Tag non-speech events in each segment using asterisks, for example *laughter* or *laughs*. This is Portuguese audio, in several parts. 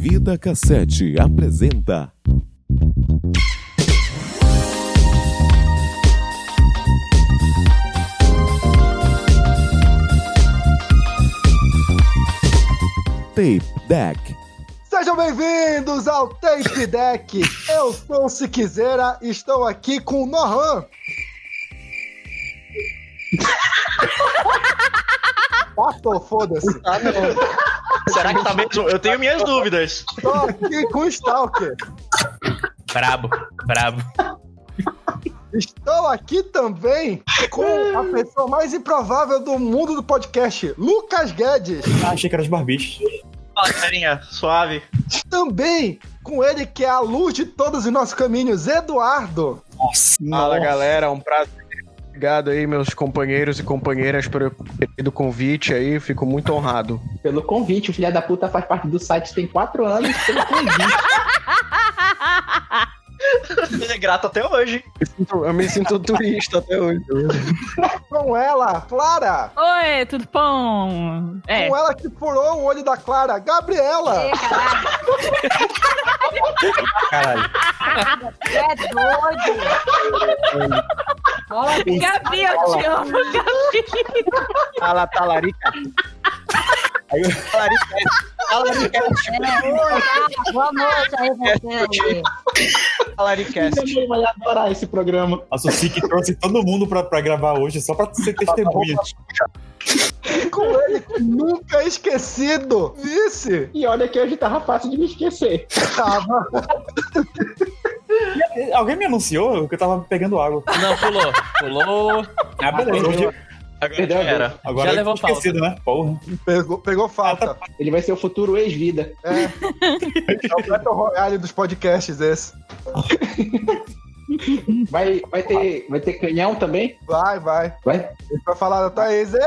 Vida Cassete apresenta. Tape Deck. Sejam bem-vindos ao Tape Deck. Eu sou o Siquizera e estou aqui com o Nohan. Pato, foda-se. Será que tá mesmo? Eu tenho minhas dúvidas. Tô aqui com o Stalker. Brabo, brabo. Estou aqui também com a pessoa mais improvável do mundo do podcast, Lucas Guedes. achei que era os barbichos. Fala, carinha, suave. Também com ele que é a luz de todos os nossos caminhos, Eduardo. Fala galera, é um prazer. Obrigado aí, meus companheiros e companheiras, pelo pelo convite aí, fico muito honrado. Pelo convite, o filho da puta faz parte do site tem quatro anos pelo convite. Ele é grato até hoje. Eu, sinto- eu me *laughs* sinto turista até hoje. Com ela, Clara. Oi, tudo bom? É. Com ela que furou o olho da Clara, Gabriela. Caralho. É doido. Gabi, eu te amo, Gabi. Fala, talarica. Talarica. Talaricast, Ah, Boa noite aí, você. talaricast. Minha mãe vai adorar esse programa. A Suci que trouxe todo mundo pra, pra gravar hoje só pra ser testemunha. Com ele que nunca é esquecido. Vice. Tá, E olha que hoje tava fácil de me esquecer. Tava. Alguém me anunciou que eu tava pegando água. Não, pulou. Pulou. Ah, beleza. Hoje, Agora Perdeu já a era. agora Já levou eu tinha esquecido, né? Porra. Pegou, pegou falta. Ele vai ser o futuro ex-vida. É. é o Battle Royale dos podcasts esse. Vai, vai, ter, vai ter canhão também? Vai, vai. Vai? Ele vai falar da Thaís. É,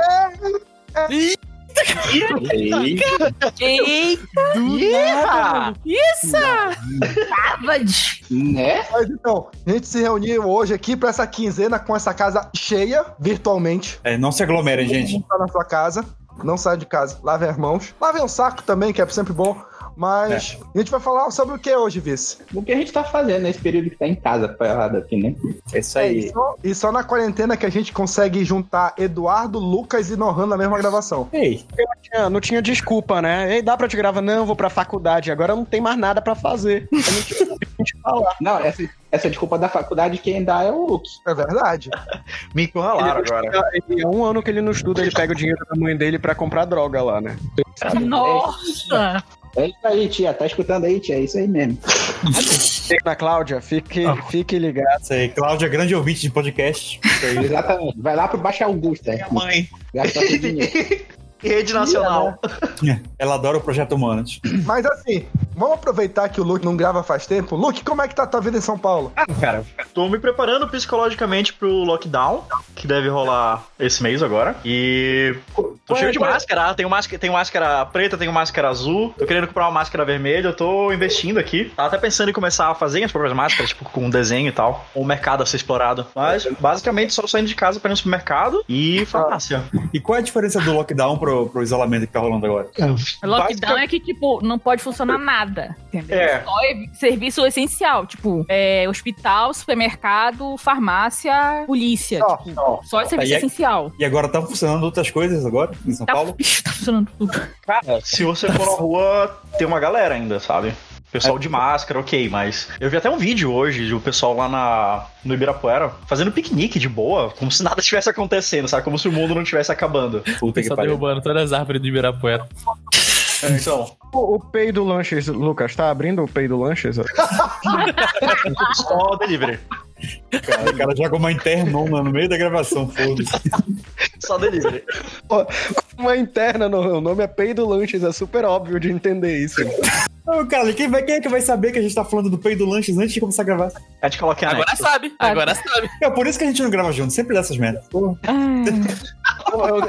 Eita! Isso! Savage! Né? mas então, a gente se reuniu hoje aqui pra essa quinzena com essa casa cheia, virtualmente. É, não se aglomerem, gente. Tá na sua casa. Não sai de casa. Lavem as mãos. Lavem o saco também, que é sempre bom. Mas É. a gente vai falar sobre o que hoje, Vice? O que a gente tá fazendo nesse período que tá em casa, parado aqui, né? É isso É, e, só, e só na quarentena que a gente consegue juntar Eduardo, Lucas e Nohan na mesma gravação. Ei, Ah, Não tinha desculpa, né? Ei, dá pra te gravar? Não, vou pra faculdade. Agora não tem mais nada pra fazer. Eu não tinha o que a gente falar. Não, essa, essa desculpa da faculdade quem dá é o Luke. É verdade. Me encurralaram ele não agora. estuda- ele- há um ano que ele não estuda, ele pega o dinheiro da mãe dele pra comprar droga lá, né? Nossa! É isso aí, tia. Tá escutando aí, tia? É isso aí mesmo. Fica na Cláudia, fique, fique ligado. isso aí. Cláudia, é grande ouvinte de podcast. Isso aí. Exatamente. Vai lá pro Baixa Augusta. Minha mãe. Gasta seu dinheiro. E Rede Nacional. Ela adora o projeto Humanos. Mas assim, vamos aproveitar que o Luke não grava faz tempo. Luke, como é que tá a tua vida em São Paulo? Cara, Tô me preparando psicologicamente pro lockdown, que deve rolar esse mês agora. E. Tô cheio de máscara. Tenho máscara, tenho máscara preta, tenho máscara azul. Tô querendo comprar uma máscara vermelha. Eu tô investindo aqui. Tava até pensando em começar a fazer as próprias máscaras, tipo, com desenho e tal. Um mercado a ser explorado. Mas, basicamente, só saindo de casa pra ir no supermercado e farmácia. E qual é a diferença do lockdown pro, pro isolamento que tá rolando agora? Lockdown é que, tipo, não pode funcionar nada, entendeu? É. Só ev- serviço essencial, tipo, é, hospital, supermercado, farmácia, polícia. Ó, tipo, ó. só serviço Aí é- essencial. E agora tá funcionando outras coisas agora em São Tá, Paulo? bicho, tá funcionando tudo. Cara, se você for na rua, tem uma galera ainda, sabe? Pessoal de máscara, ok, mas eu vi até um vídeo hoje do pessoal lá na, no Ibirapuera fazendo piquenique de boa, como se nada *laughs* estivesse acontecendo, sabe? Como se o mundo não estivesse acabando. Puta que Só pariu. derrubando todas as árvores do Ibirapuera. Então, O, o pay do lanches, Lucas, tá abrindo o pay do lanches? Ah, só delivery. Cara, o cara joga uma internona no meio da gravação, foda-se. Só delivery. Uma interna, no, o nome é pay do lanches, é super óbvio de entender *laughs* isso. Ô, cara, quem, vai, quem é que vai saber que a gente tá falando do peido lanches antes de começar a gravar? A gente coloca né? Agora sabe, agora sabe. É por isso que a gente não grava junto, sempre dá essas merdas. Porra.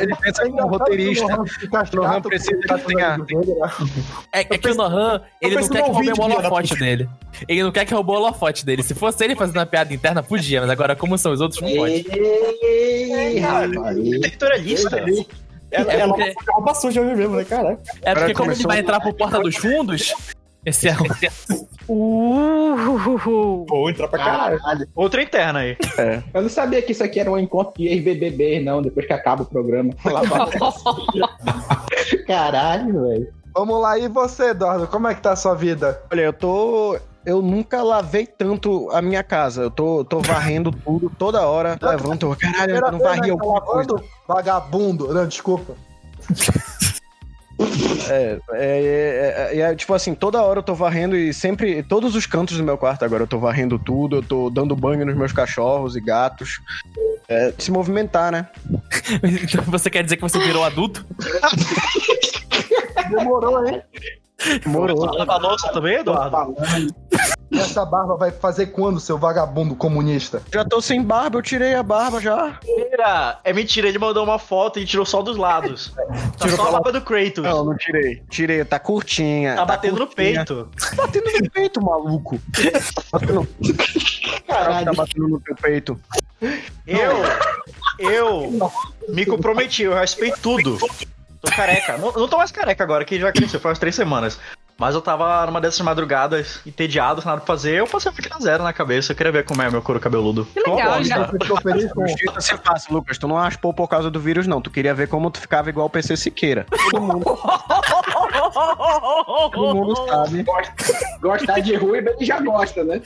Ele pensa Ainda como roteirista. tá no Nohan ficar chato, Nohan precisa porque tá que tenha- jogando jogo, né? É, é que o Nohan, ele não penso quer que no roubem o ouvinte, filha da holofote dele. Ele não quer que roubou o holofote dele. Se fosse ele fazendo uma piada interna, podia, mas agora, como são os outros, É, não pode. Ei, cara. rapaz. territorialista. É, é, É é porque, roupa suja hoje mesmo, né, cara? é porque Cara, como ele começou- vai entrar por porta dos fundos, Esse é um... Uh, Vou entrar pra caralho. Caralho. Outra interna aí. Eu não sabia que isso aqui era um encontro de ex-BBB, não, depois que acaba o programa. Lá vai. Caralho, velho. Vamos lá, e você, Eduardo? Como é que tá a sua vida? Olha, eu tô. Eu nunca lavei tanto a minha casa. Eu tô, tô varrendo tudo toda hora. Levanto. eu, Caralho, eu É, não né, varri alguma coisa. tá Vagabundo. Não, desculpa. É, é, é, é, é, tipo assim, toda hora eu tô varrendo e sempre. Todos os cantos do meu quarto agora eu tô varrendo tudo. Eu tô dando banho nos meus cachorros e gatos. É, se movimentar, né? Então você quer dizer que você virou adulto? Demorou, hein? Morou. Lava a louça tá também, Eduardo? E essa barba vai fazer quando, seu vagabundo comunista? Já tô sem barba, eu tirei a barba já. Mentira! É mentira, ele mandou uma foto e tirou só dos lados. Tá Tirou só a pela- barba do Kratos. Não, não tirei. Tirei, tá curtinha. Tá batendo no curtinha. peito. Tá batendo no peito, maluco. Tá Batendo... Caralho, tá batendo no teu peito. Eu, eu me comprometi, eu respeito tudo. Tô careca. Não, não tô mais careca agora, que já cresceu, faz umas três semanas. Mas eu tava numa dessas madrugadas, entediado, sem nada pra fazer, eu passei um a zero na cabeça, eu queria ver como é meu couro cabeludo. que legal, né? Concordo. Tá, já. Você ficou feliz com Justiça um se faz, Lucas. Tu não aspou por causa do vírus, não. Tu queria ver como tu ficava igual o PC Siqueira. Todo mundo sabe. Gostar de ruiva, ele já gosta, né?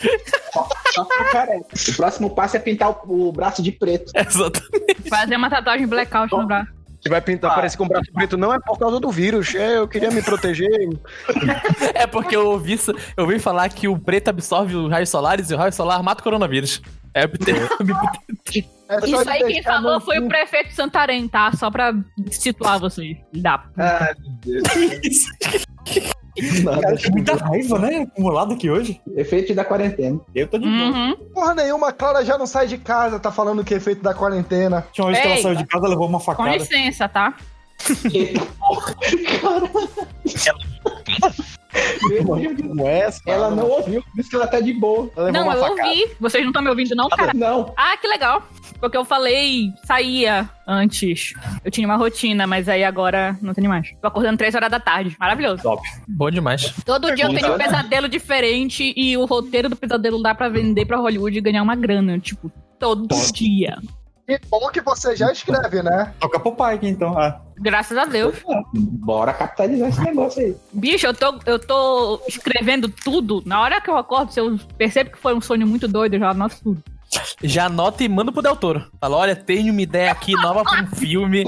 Só, só fica careca. O próximo passo é pintar o, o braço de preto. Exato. fazer uma tatuagem blackout no braço. Tu vai Ah. pintar, parece com um braço preto. Não é por causa do vírus. É, eu queria me proteger. *laughs* É porque eu ouvi, isso- eu ouvi falar que o preto absorve os raios solares e o raio solar mata o coronavírus. É, obter- *laughs* É só Isso de aí quem deixar a assim. falou foi o mãozinha- prefeito de Santarém, tá? Só pra situar vocês. Dá. Cara, tem É muita raiva, né? Acumulado aqui hoje. Efeito da quarentena. Eu tô de boa. Uhum. Porra nenhuma, a Clara já não sai de casa, tá falando que é efeito da quarentena. Tinha uma vez que ela Eita. saiu de casa, levou uma Com facada. licença, tá? Como é essa? Ela não ouviu, por isso que ela tá de boa. Ela levou Não, uma eu facada. ouvi. Vocês não estão me ouvindo, não, cara? Não. Ah, que legal. Porque eu falei, saía antes. Eu tinha uma rotina, mas aí agora não tenho mais. Tô acordando três horas da tarde. Maravilhoso. Bom demais. Todo dia eu tenho um pesadelo diferente e o roteiro do pesadelo dá pra vender pra Hollywood e ganhar uma grana. Tipo, todo dia. E bom que você já escreve, né? Toca pro pai aqui, então. Ah, Graças a Deus. Bora capitalizar esse negócio aí. Bicho, eu tô, eu tô escrevendo tudo. Na hora que eu acordo, se eu percebo que foi um sonho muito doido, eu já anoto tudo. Já anota e manda pro Del Toro. Fala, olha, tenho uma ideia aqui nova pra um filme.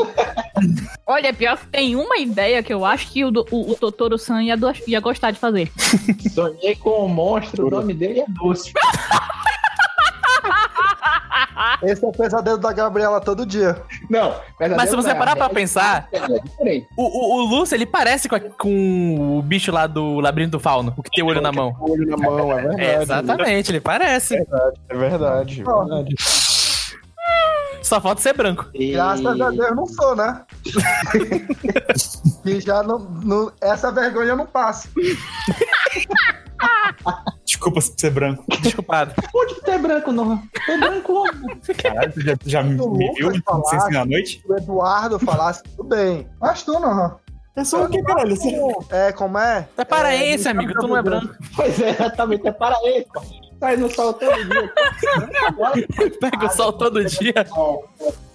Olha, pior que tem uma ideia que eu acho que o, do- o, o Totoro San ia, do- ia gostar de fazer. Sonhei com um monstro, o nome dele é Doce. Esse é o pesadelo da Gabriela todo dia. Não, pesadelo Mas se você não, parar pra é- pensar, é diferente. o, o, o Lúcio, ele parece com, a- com o bicho lá do Labirinto do Fauno, o que tem o olho na mão. Com o olho na mão, é verdade. É, exatamente, ele parece. É verdade. Ó, Só falta ser branco. E- Graças a Deus não sou, né? e já não, não- Essa vergonha não passa. desculpa se ser branco. Desculpado. Onde que tu é branco, não? Tu é branco, *laughs* homem. Caralho, tu já, já me, Tô me louco viu de de falar. licença na noite? Se o Eduardo falasse, tudo bem. Mas tu não. né? Eu sou o quê, caralho? Eu sou- É, como é? É paraense, amigo, tu não é branco. Pois é, exatamente. É para ele, pô. Sai no sol todo dia. Pega o sol todo dia.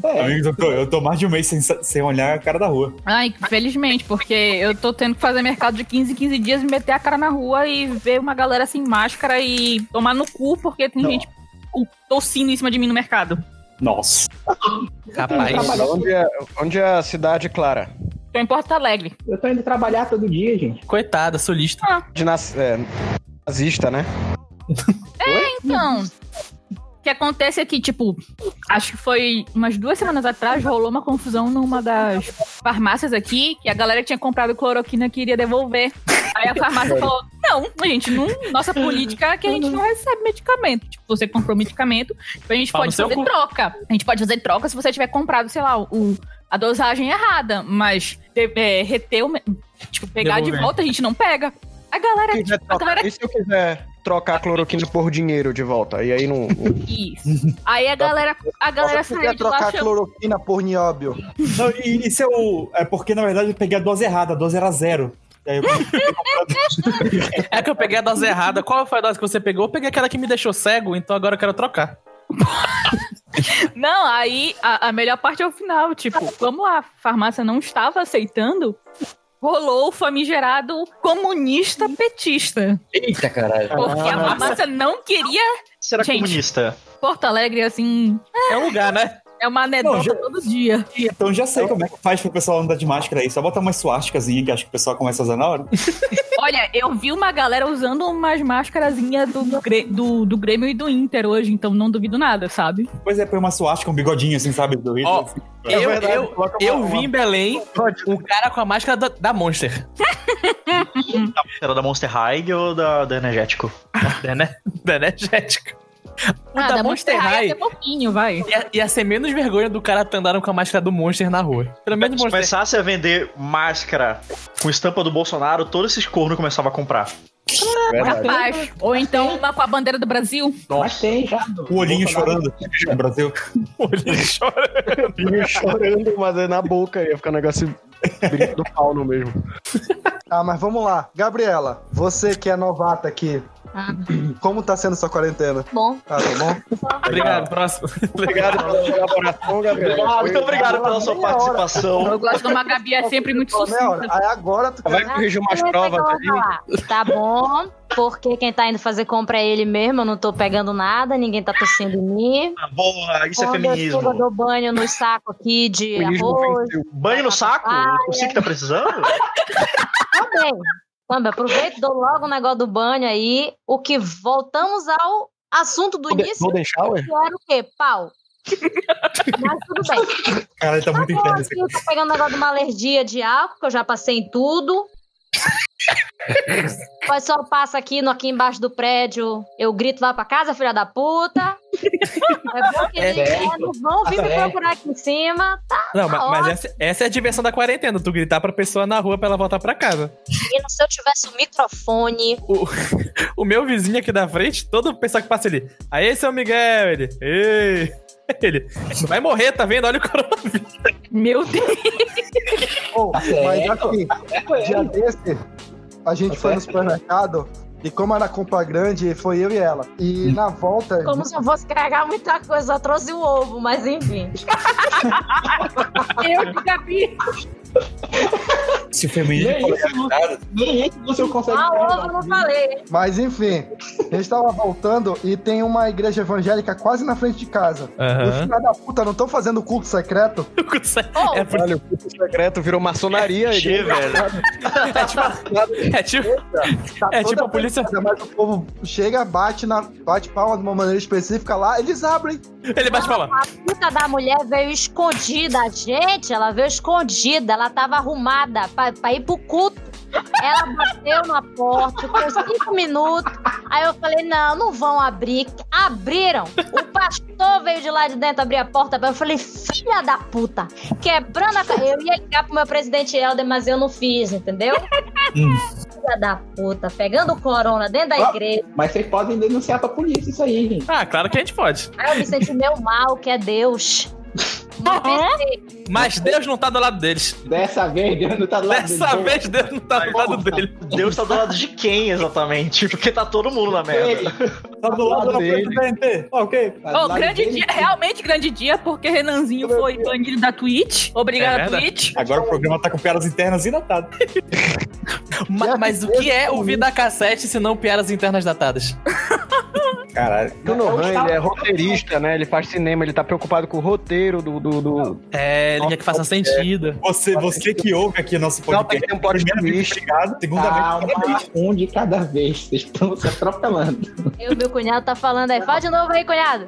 É, Amigos, eu tô, eu tô mais de um mês sem, sem olhar a cara da rua. Ai, felizmente, porque eu tô tendo que fazer mercado de 15 em 15 dias, me meter a cara na rua e ver uma galera sem máscara e tomar no cu, porque tem gente cu- tossindo em cima de mim no mercado. Nossa. Rapaz, Onde é, onde é a cidade, Clara? Tô em Porto Alegre. eu tô indo trabalhar todo dia, gente. coitada, solista. De nas, é, nazista, né? Então, o que acontece é que, tipo, acho que foi umas duas semanas atrás, rolou uma confusão numa das farmácias aqui, que a galera tinha comprado cloroquina que iria devolver. Aí a farmácia falou, não, a gente não, nossa política é que a gente não recebe medicamento. Tipo, você comprou medicamento, então a gente Fala no pode seu fazer cu. troca. A gente pode fazer troca se você tiver comprado, sei lá, o, a dosagem errada, mas de- é, reter o... me- Tipo, pegar Devolver. de volta a gente não pega. É, tipo, A galera, Se eu quiser a trocar- galera E se eu quiser trocar a cloroquina por dinheiro de volta? E aí não. Isso. Aí a galera, a galera Você quer saiu de lá trocar achando. cloroquina por nióbio? Não, e isso é o. É porque, na verdade, eu peguei a dose errada. A dose era zero. E aí eu comprei comprado *laughs* É que eu peguei a dose errada. Qual foi a dose que você pegou? Eu peguei aquela que me deixou cego, então agora eu quero trocar. Não, aí a, a melhor parte é o final. Tipo, como a farmácia não estava aceitando, rolou o famigerado comunista petista. Eita, caralho. Porque a farmácia não queria Será Gente. comunista? Porto Alegre, assim, É um lugar, né? é uma anedota Não, já- todo dia. Então já sei como é que faz pro pessoal andar de máscara aí. Só botar uma suásticas que acho que o pessoal começa a usar na hora. Olha, eu vi uma galera usando umas máscarazinhas do, Grê- do, do Grêmio e do Inter hoje, então não duvido nada, sabe? Pois é, põe uma suástica, um bigodinho assim, sabe? Do Hitler. Ó, assim. Eu, verdade, eu, coloca uma- eu vi em Belém um cara com a máscara da, da Monster. Era da Monster High ou da, da *laughs* Energético? É, Da, né? da energética. O Ah, da, Monster High. até pouquinho, vai. Ia, ia ser menos vergonha do cara andaram com a máscara do Monster na rua. Pelo menos Se Monster. começasse a vender máscara com estampa do Bolsonaro, todos esses cornos começavam a comprar. Capaz. Ou então uma com a bandeira do Brasil. Mas tem já. O olhinho chorando no Brasil. Vinha chorando, mas é na boca, ia ficar um negócio brinco do fauno mesmo. Ah, mas vamos lá. Gabriela, você que é novata aqui, Ah, como tá sendo sua quarentena? bom. Tá, tá bom? Obrigado, próximo. Obrigado pela sua elaboração, Gabriel. Muito obrigado pela sua meia hora. participação. Eu gosto de uma Gabi, é sempre muito Pô, meia sucinta. hora. Aí agora tu Vai quer... corrigir umas Eu sei provas que eu aí. vou falar. Tá bom, porque quem tá indo fazer compra é ele mesmo, eu não tô pegando nada, ninguém tá tossindo em mim. Ah, Boa, isso é Quando eu chego, eu feminismo. dou banho no saco aqui de Feminismo arroz, venceu. Banho no saco? Você que tá precisando? também. Também, aproveito, dou logo o negócio do banho aí. O que voltamos ao assunto do Golden- início, Golden Shower? que era o quê? Pau. Mas tudo bem. Caralho, tá muito Então, interno esse assim, eu tô pegando o negócio de uma alergia de álcool, que eu já passei em tudo. Mas só passa aqui, no, aqui embaixo do prédio, eu grito, vai pra casa, filha da puta. É bom que eles É. né, não vão vir me É. procurar aqui em cima. Não, ma- mas, Nossa. essa, essa é a diversão da quarentena, tu gritar pra pessoa na rua pra ela voltar pra casa. Menino, se eu tivesse um microfone, O meu vizinho aqui da frente, todo pessoal que passa ele. Aí, seu Miguel, ele. Ei. *laughs* Ele. Vai morrer, tá vendo? Olha o coronavírus. Meu Deus. Oh, Tá mas certo. assim, É com dia ele. desse, a gente Tá foi no certo. supermercado e como era compra grande, foi eu e ela. Hum. E na volta... como se eu fosse carregar muita coisa, eu trouxe o ovo, mas enfim. Eu de Gabi. Se o feminismo Nem isso, você- nem isso você consegue. Ah, falar. ovo eu não falei. Mas enfim, a gente tava voltando e tem uma igreja evangélica quase na frente de casa. E os Aham. filhos da puta não estão fazendo culto secreto? Oh, É, por- Olha, o culto secreto virou maçonaria. ele- Che, velho. é tipo, é tipo, Tá é toda tipo a polícia. fechada, Mas o povo chega, bate, na, bate palma de uma maneira específica lá, eles abrem. Ele bate palma. puta da mulher veio escondida. Gente, ela veio escondida. Ela tava arrumada pra, pra ir pro culto. Ela bateu na porta, ficou cinco minutos. Aí eu falei: não, não vão abrir. Abriram. O pastor veio de lá de dentro abrir a porta. Eu falei: filha da puta, quebrando a. ca- Eu ia ligar pro meu presidente Helder, mas eu não fiz, entendeu? Hum. Filha da puta, pegando corona dentro da Ah. igreja. Mas vocês podem denunciar pra polícia isso aí, gente. Ah, claro que a gente pode. Aí eu me senti meu mal, que é Deus. Não Mas Deus não tá do lado deles. Dessa vez, Deus não tá do lado Dessa dele. vez Deus não tá do lado dele. Deus tá do lado de quem exatamente? Porque tá todo mundo na merda. Ele, Tá do lado da frente. Ok. tá do Oh, lado grande dele. dia, realmente grande dia, porque Renanzinho foi banido da Twitch. É Obrigada, verdade. Twitch. Agora o programa tá com piadas internas e datado. Ma- Mas o que é ouvir da cassete se não piadas internas datadas? Caralho. Bruno Eu Han, estava- ele é roteirista, né? Ele faz cinema, ele tá preocupado com o roteiro do. do, do... É, ele quer que faça sentido. Você, você que ouve aqui nosso Não, tá tem que podcast, ter um plot twist. obrigado. Segunda vez, Calma, parabéns. um de cada vez. Vocês estão se atropelando. Eu, meu cunhado tá falando aí. Fala de novo aí, cunhado.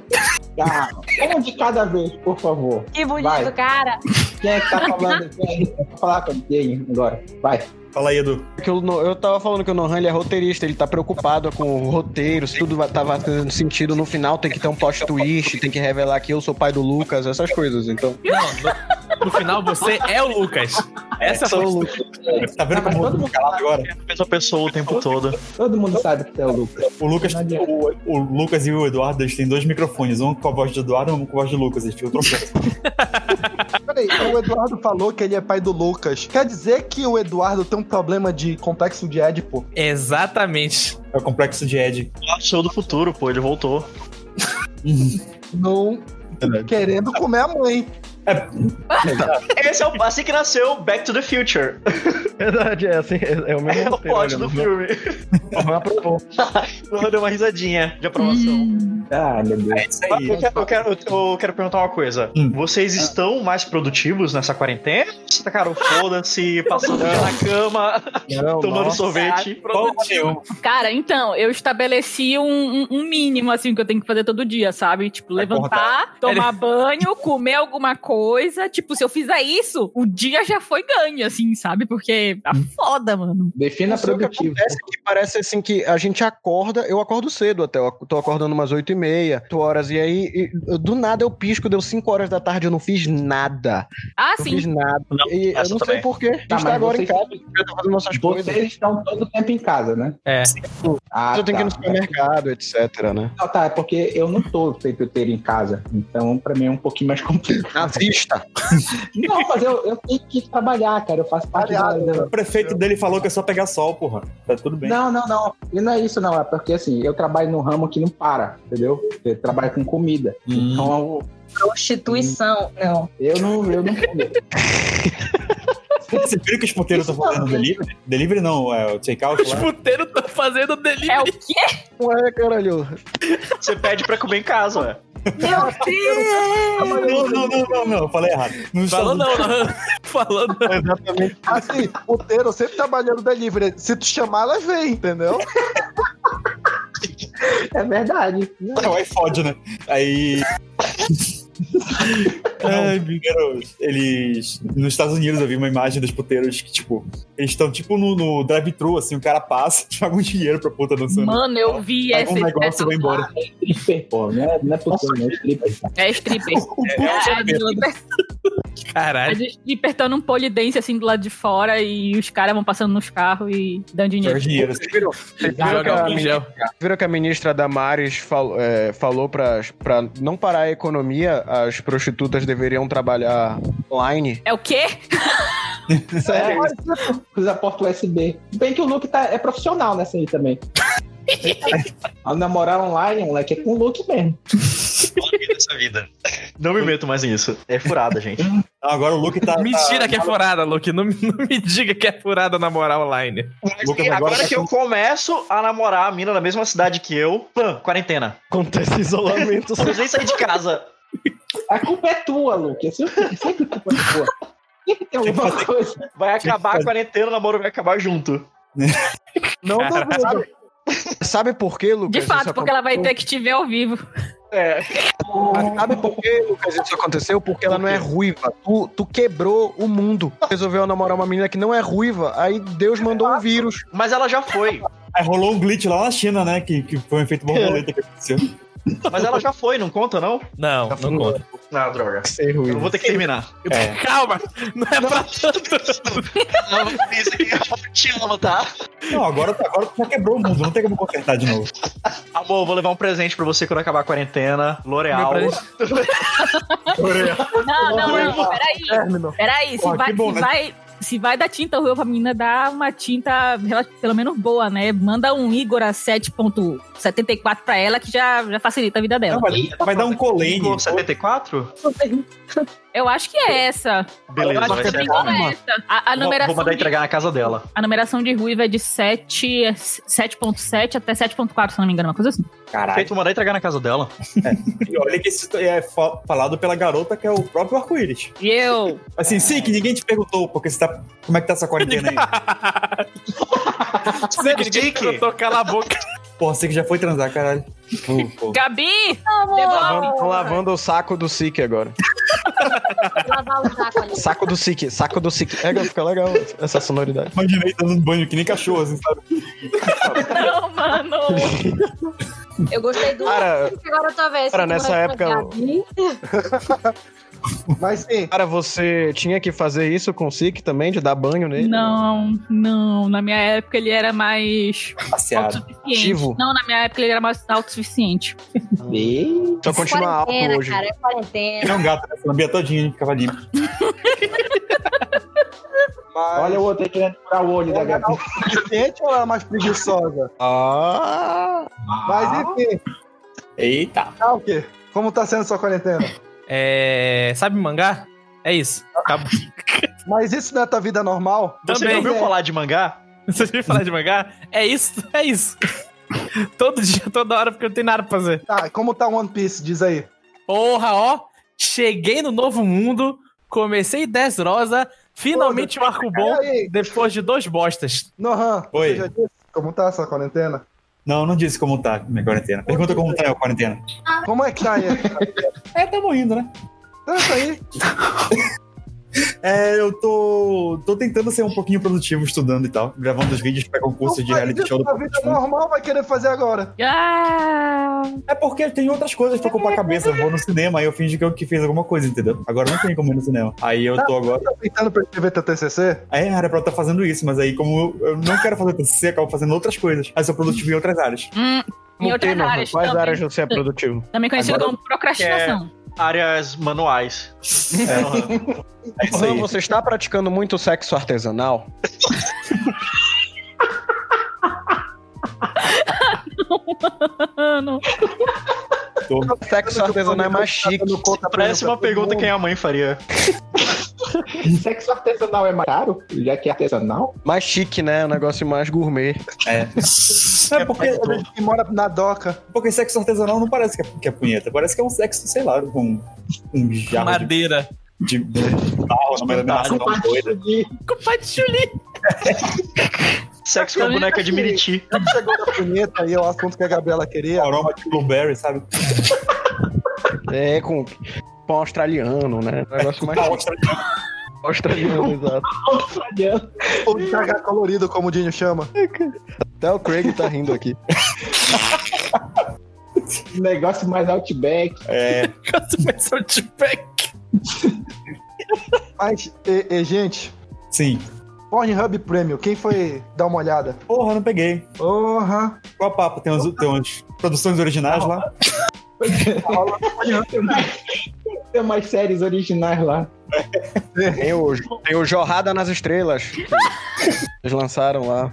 Calma. Um de cada vez, por favor. Que bonito, Vai. cara. Quem é que tá falando? Quem é que tá falar com quem agora? Vai. Fala aí, Edu. Que eu, não- eu tava falando que o Nohan ele é roteirista, ele tá preocupado com o roteiro, se tudo vai- tava fazendo sentido no final, tem que ter um plot twist, tem que revelar que eu sou pai do Lucas, essas coisas. Então, No final, você é o Lucas. Essa foi o Lucas. Tá vendo Não, mas como o Lucas É. todo mundo- tá calado agora? A mesma pessoa o tempo todo. Todo mundo sabe que tu é o Lucas. O Lucas, Não adianta. o, o Lucas e o *laughs* Eduardo, eles têm dois microfones, um com a voz do Eduardo e um com a voz do Lucas. Eles ficam trocando. Peraí, eu o Eduardo falou que ele é pai do Lucas. Quer dizer que o Eduardo tem um problema de complexo de Édipo? Exatamente. É o complexo de Ed. Show do futuro, pô, ele voltou. Não É. querendo comer a mãe. Esse é o, assim que nasceu Back to the Future. *laughs* Verdade, é assim. É, é o mesmo É o roteiro, plot olha, do não- filme. não aprovou. *laughs* Eu dei uma risadinha de aprovação. Ah, meu Deus. Hum. É isso Ah, aí. Eu quero, eu, quero, eu quero perguntar uma coisa. Vocês estão mais produtivos nessa quarentena? Vocês tacaram *laughs* foda-se, passando na cama, Não, tomando nossa. sorvete. Porra nenhuma. Cara, então, eu estabeleci um, um- um mínimo, assim, que eu tenho que fazer todo dia, sabe? Tipo, levantar, tomar banho, comer alguma coisa. Tipo, se eu fizer isso, o dia já foi ganho, assim, sabe? Porque tá foda, mano. Defina Não sei É o que produtivo. acontece, que parece assim que a gente acorda, eu acordo cedo até, eu tô acordando umas 8 e meia, 8 horas, e aí e, eu- do nada eu pisco, deu 5 horas da tarde, eu não fiz nada. Ah, Não sim. fiz nada. Não, E eu essa não sei também. porquê. A gente Tá, tá mas agora vocês- em casa, tá fazendo nossas coisas. Vocês estão todo o tempo em casa, né? É. Ah, Eu tenho que ir no tá. supermercado, etc, né? Não, tá, é porque eu não tô o tempo inteiro em casa. Então, pra mim é um pouquinho mais complicado. Na vista. Não, mas eu, eu tenho que trabalhar, cara. Eu faço parte da, Aliado, da, O prefeito dele falou que é só pegar sol, porra. Tá tudo bem. Não, não, não. E não é isso, não. É porque assim, eu trabalho num ramo que não para, entendeu? Eu trabalho com comida. Hum. Então Prostituição. Não. eu não, eu não como. Você viu que os puteiros estão fazendo delivery? Delivery não, é o take-out Os lá. puteiros estão fazendo É o delivery. quê? Ué, caralho. Você pede pra comer em casa, ué. Meu Deus! Não, não, não, não, não, eu falei errado. Nos Falou Estados não, *laughs* não. Falou não. Assim, o Teiro sempre trabalhando delivery. Se tu chamar, ela vem, entendeu? É verdade. Unidos- Não, aí fode, né? Aí. Ai, primeiro, eles. Nos Estados Unidos eu vi uma imagem dos puteiros que, tipo, eles estão tipo no, no drive-thru, assim, o cara passa, *laughs* joga um dinheiro pra puta dançando. Mano, eu vi Paga essa. um negócio essa- e vai embora. Stripper, pô. Não é, não é possível, né? Stripper. É stripper. *laughs* um É, a de stripper- a Caralho. de stripper estando um pole dance, assim, do lado de fora e os caras vão passando nos carros e dando dinheiro. Joga dinheiro. assim. Jogar um gel. Viram que a ministra Damares fal- é, falou para não parar a economia, as prostitutas deveriam trabalhar online? É o quê? Sério. é Usa a porta USB. Bem que o look tá, é profissional nessa aí *laughs* também. Ao namorar online, moleque, é com look mesmo. Dessa vida. Não me meto mais nisso. É furada, gente. Agora o Luke tá. Mentira que é furada, *laughs* Luke. Não, não me diga que é furada na moral online. Mas Lucas, e agora agora- que eu começo a namorar a mina na mesma cidade que eu, pã, quarentena. Acontece isolamento. *laughs* Não precisa nem sair de casa. A culpa é tua, Luke. É sempre, sempre a culpa é tua. Tem que ter alguma coisa. Vai acabar a quarentena, o namoro vai acabar junto. Não duvido. Sabe por quê, Lucas? De fato, isso porque ela vai aconteceu? ter que te ver ao *laughs* vivo. É. Mas Sabe por quê, Lucas, isso aconteceu? Porque ela não é ruiva. Tu, tu quebrou o mundo. Resolveu namorar uma menina que não é ruiva, aí Deus mandou um vírus. Mas ela já foi. Aí rolou um glitch lá na China, né? Que, que foi um efeito borboleta que aconteceu. Mas ela já foi, não conta, não? Não, não conta. Ah, droga. Ser Eu vou ter que terminar. Calma, não é pra é Eu te amo, tá? Não, agora, agora tu já quebrou o mundo, não tem como consertar de novo. Amor, eu vou levar um presente pra você quando acabar a quarentena. Meu L'Oreal. presente. Não, não, não, peraí. Término. Peraí, se Porra, vai, que bom, se né? vai, se vai dar tinta ruim pra menina, dá uma tinta rela- pelo menos boa, né? Manda um Igor a 7.74 pra ela que já, já facilita a vida Não, dela. vai, vai dar um colene. Igor 74? Eu acho que é essa. Beleza, Eu acho vai que se ser não me essa. engano, é essa. A, a Vou, vou numeração mandar de, entregar na casa dela. a numeração de ruiva é de 7, é 7.7 até 7.4, se eu não me engano, uma coisa assim. Caralho. Feito, mandar entregar na casa dela. E olha que isso é fa- falado pela garota que é o próprio arco-íris. E eu. Assim, sim, que ninguém te perguntou porque você tá. Como é que tá essa quarentena *laughs* aí? Você Eu tô cala a boca. Porra, você que já foi transar, caralho. Pô, pô. Gabi! Devolve! Tô lavando o saco do Sik agora. Lavar o saco ali. Saco do Sik, saco do Sik. É, fica legal essa sonoridade. Imaginei dando um banho que nem cachorro, assim, sabe? *laughs* Não, mano! Eu gostei do. Cara, Agora eu tô vendo. cara, nessa época- Gabi. Mas sim, Cara, você tinha que fazer isso com o Sik também, de dar banho nele? Não, não. Na minha época ele era mais passeado. autossuficiente. Ativo. Não, na minha época ele era mais autossuficiente. Ei, Só continuar alto quarentena, hoje. cara, é quarentena. Ele é um gato, né? Se lambia todinho, ele ficava limpo. mas olha o outro aí querendo furar o olho da ela era Gabi. autossuficiente ou ela era mais preguiçosa? Ah! Mas enfim, Eita. tá o quê? Como tá sendo sua quarentena? É. Sabe mangá? É isso. *laughs* Acabou. Mas isso não é tua vida normal? Você já Também. ouviu falar de mangá? Você já ouviu falar de mangá? É isso, é isso. *laughs* Todo dia, toda hora, porque eu não tenho nada pra fazer. Tá, como tá One Piece? Diz aí. Porra, ó. Cheguei no novo mundo, comecei 10 rosa, finalmente um arco bom, Peraí. depois de dois bostas. Nohan, Oi. você já disse como tá essa quarentena? Não, não disse como tá minha quarentena. Pergunta como tá a quarentena. Como é que *laughs* tá aí? É, tá morrendo, né? Tanto aí. É, eu tô, tô tentando ser um pouquinho produtivo estudando e tal, gravando os vídeos pra concurso não de faz reality isso, show do tua vida normal vai querer fazer agora. Ah, É porque tem outras coisas pra ocupar a cabeça. Eu vou no cinema, aí eu fingi que eu que fiz alguma coisa, entendeu? Agora não tem como ir no cinema. Aí eu tô agora. Tá tentando pra escrever teu TCC? É, era pra eu estar fazendo isso, mas aí, como eu eu não quero fazer TCC, eu acabo fazendo outras coisas. Aí sou produtivo em outras áreas. hum, em Não outras tem, não. áreas. Quais também. áreas você *laughs* é produtivo? Também conhecido Agora- como procrastinação. Áreas manuais. É, É isso aí. você está praticando muito sexo artesanal? É. *laughs* Mano, Tá Sexo artesanal é mais chique. Dando conta pra parece pra uma todo pergunta mundo. que a mãe faria. Sexo artesanal é mais caro? Já que é artesanal? Mais chique, né? Um negócio mais gourmet. É porque, Que mora na doca. porque sexo artesanal não parece que é, que é punheta. Parece que é um sexo, sei lá, com um jarro de, Madeira. de, de barro, numa denominação doida. culpa de Julie. Sexo com a boneca de Miriti. Já que chegou na punheta aí, é o assunto que a Gabriela queria. Aroma de blueberry, sabe? É, com pão australiano, né? Um negócio mais chique. *laughs* Australiano, exato. Australiano. Ou de cagar colorido, como o Dinho chama. Até o Craig tá rindo aqui. Negócio mais outback. É, Mas, e, e, gente, sim. Pornhub Premium, quem foi dar uma olhada? Porra, não peguei. Porra! Qual a papo? Tem umas, tem umas produções originais lá? Tem mais, tem mais séries originais lá. Tem o, tem o Jorrada nas Estrelas. que Eles lançaram lá.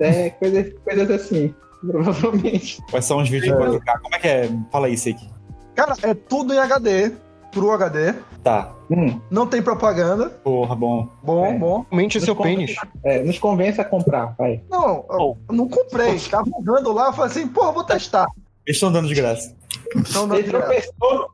É, coisas, coisas assim. *laughs* Provavelmente. Quais são os vídeos pra trocar? Como é que é? Fala aí, Siki. Cara, é tudo em HD, True HD. Tá. Hum, Não tem propaganda. Porra, bom. Bom, É. bom. Mente seu pênis. é, nos convence a comprar, vai. Não, eu eu não comprei. Tava andando lá, eu falei assim, pô, vou testar. Eles estão dando de graça. Então, não, Ele tropeçou,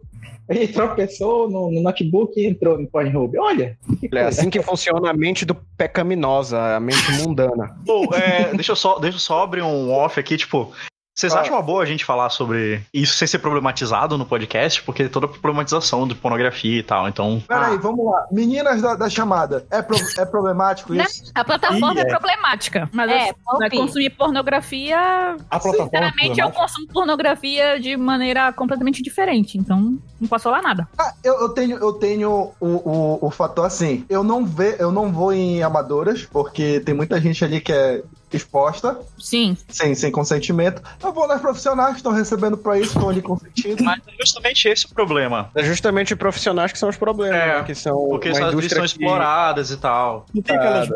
ele tropeçou no, no notebook e entrou no Pornhub. Olha, tá É assim que funciona a mente do pecaminosa, a mente mundana. Pô, é, deixa, eu só, deixa eu só abrir um off aqui, tipo. Vocês Ah. acham uma boa a gente falar sobre isso sem ser problematizado no podcast? Porque tem toda a problematização de pornografia e tal, então. Peraí, Ah. vamos lá. Meninas da, da chamada, é, pro- é problemático Né? isso? A plataforma Ih, é. é. problemática. Mas É, é, pop. consumir pornografia. A plataforma. é Sinceramente, né? eu problemática? consumo pornografia de maneira completamente diferente. Então, não posso falar nada. Ah, eu, eu tenho, eu tenho o, o, o fator assim, eu não, ve, eu não vou em amadoras, porque tem muita gente ali que é exposta, Sim. sem, sem consentimento. Eu vou nas profissionais que estão recebendo pra isso, estão ali consentindo. Mas é justamente esse o problema. É justamente profissionais que são os problemas, É, né? que são Porque uma essas duas são indústria que- exploradas e tal. Não tem aquelas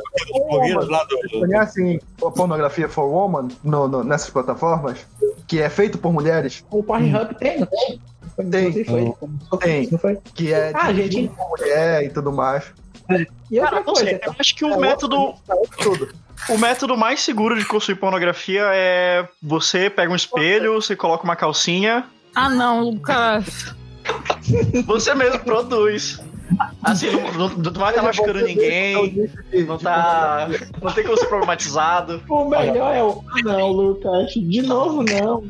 blogueiras lá do. Vocês conhecem a pornografia for woman no- no- nessas plataformas? Que é feito por mulheres? o Pornhub tem, não tem? Tem. Não sei se foi. Tem. Não foi? Que é Ah, gente. com mulher e tudo mais. E outra Cara, não coisa, sei, eu acho que É o método, Tudo. o método mais seguro de consumir pornografia é você pega um espelho, você coloca uma calcinha, Ah, não, Lucas. você mesmo produz. Assim, não, não, não vai estar machucando ninguém, não tá. Não tem como ser problematizado. o melhor é o. Ah, Não, Lucas, de novo não.